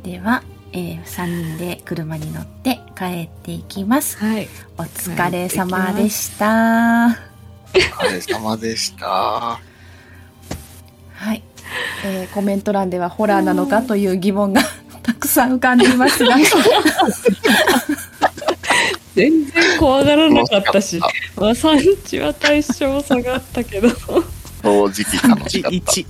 Speaker 3: では、えー、3人で車に乗って帰っていきます。
Speaker 4: はい
Speaker 3: お疲れ様でした。
Speaker 1: お疲れ様でした。
Speaker 3: はい、えーコメント欄ではホラーなのかという疑問が たくさん浮かんでいます が
Speaker 4: 全然怖がらなかったし、まあ、産地は対象下がったけど
Speaker 1: 正直楽しかった。
Speaker 2: 1。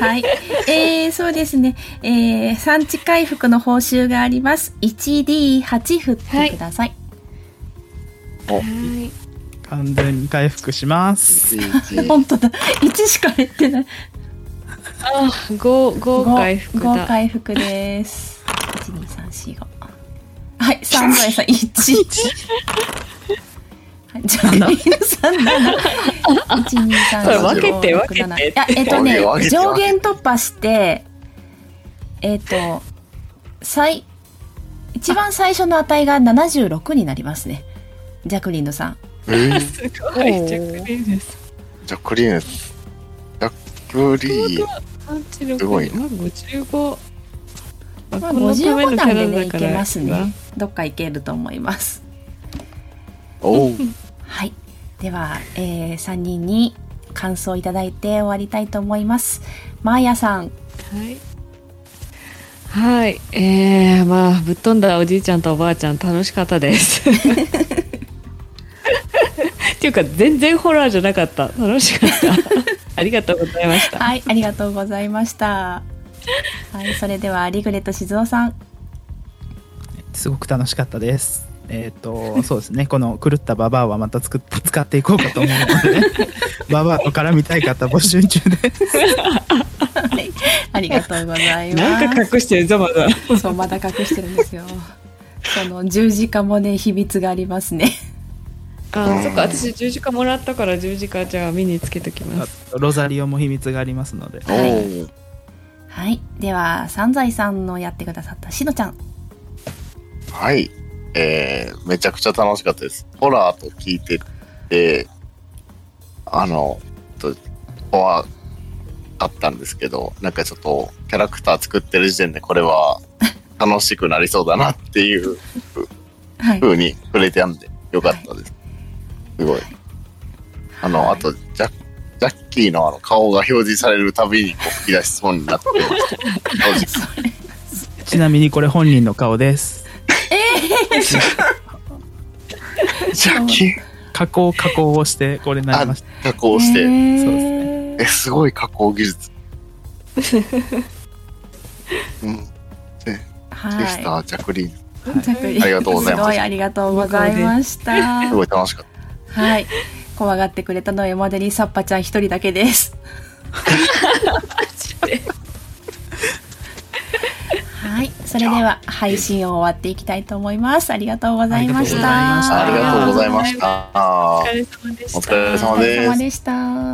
Speaker 3: はい。えー、そうですね。えー、産地回復の報酬があります。1D8 振ってください。
Speaker 4: はい
Speaker 2: 完全に回復します。
Speaker 3: 本当だ。1しか減ってない。
Speaker 4: あ5 5回復
Speaker 3: 五五
Speaker 4: だ
Speaker 3: 回復です。1、2、3、4、5。はい、3倍さん、1。はいじゃ
Speaker 2: 七
Speaker 3: あ、みんな三七。一二三
Speaker 4: これ
Speaker 3: 四
Speaker 1: 分
Speaker 4: けて
Speaker 3: 五
Speaker 4: 分
Speaker 3: 六
Speaker 4: け
Speaker 3: 七。
Speaker 4: て
Speaker 3: いや、えっとね
Speaker 1: 分、けて
Speaker 3: 上
Speaker 1: 分けて
Speaker 3: 限突破して。えっと。最。一番最初の値が76になりますね。ジャクリンドさん。
Speaker 1: えー
Speaker 4: すごいジャクリーです
Speaker 1: ジャックリーンです。ジャックリーン。す
Speaker 4: す
Speaker 1: ごいな
Speaker 4: まあ55
Speaker 3: まあ、五十五
Speaker 4: キャ
Speaker 3: 段でね、い
Speaker 4: ラだから
Speaker 3: けますね。どっかいけると思います。
Speaker 1: おう。
Speaker 3: はい。では、えー、3人に感想をいただいて終わりたいと思います。マーヤさん。
Speaker 4: はいはいえー、まあぶっ飛んだおじいちゃんとおばあちゃん楽しか ったですっていうか全然ホラーじゃなかった楽しかった ありがとうございました
Speaker 3: はい、 ありがとうございました。はい、それでは、リグレット静雄さん。
Speaker 2: すごく楽しかったです。えっ、と、そうですね。この狂ったババアはまた作っ使っていこうかと思うの で、ね、ババアと絡みたい方募集中で。
Speaker 3: はいありがとうございます。
Speaker 4: なんか隠してるぞまだ
Speaker 3: そう、まだ隠してるんですよ。その十字架もね、秘密がありますね。
Speaker 4: あーそっか私十字架もらったから十字架じゃあ見につけときます
Speaker 2: あ とロザリオも秘密がありますので。
Speaker 1: おう。
Speaker 3: はい、では、三財さんのやってくださったしのちゃん。
Speaker 1: はい。えー、めちゃくちゃ楽しかったです。ホラーと聞いてて、あの、と怖かったんですけど、なんかちょっとキャラクター作ってる時点でこれは楽しくなりそうだなっていう
Speaker 3: はい。
Speaker 1: 風に触れてたんで、よかったです。すごい。あの、あと、ジャッジャッキーのあの顔が表示されるたびにこう吹き出しそうになって、正直
Speaker 2: ちなみにこれ本人の顔です。
Speaker 1: ジャッキー
Speaker 2: 加工加工をしてこれになりました。
Speaker 1: 加工して、
Speaker 2: そうです
Speaker 3: ね
Speaker 1: え、すごい加工技術。うん、で
Speaker 3: はい。
Speaker 1: した、ジャクリーン。
Speaker 3: 着衣
Speaker 1: ありがとうございます
Speaker 3: すごいありがとうございました。
Speaker 1: すごい楽しかっ
Speaker 3: はい。怖がってくれたのは山デリサッパちゃん一人だけです。はい。それでは配信を終わっていきたいと思います。ありがとうございました。
Speaker 1: た。あ
Speaker 2: あ
Speaker 1: り
Speaker 2: り
Speaker 1: が
Speaker 2: が
Speaker 1: とう
Speaker 2: とう
Speaker 1: ご
Speaker 2: ご
Speaker 1: ざ
Speaker 2: ざ
Speaker 1: い
Speaker 2: い
Speaker 1: ま
Speaker 4: ま
Speaker 1: し。
Speaker 4: したお疲れ様でした
Speaker 1: お疲れ様
Speaker 3: お疲れ様
Speaker 1: です。
Speaker 3: でした。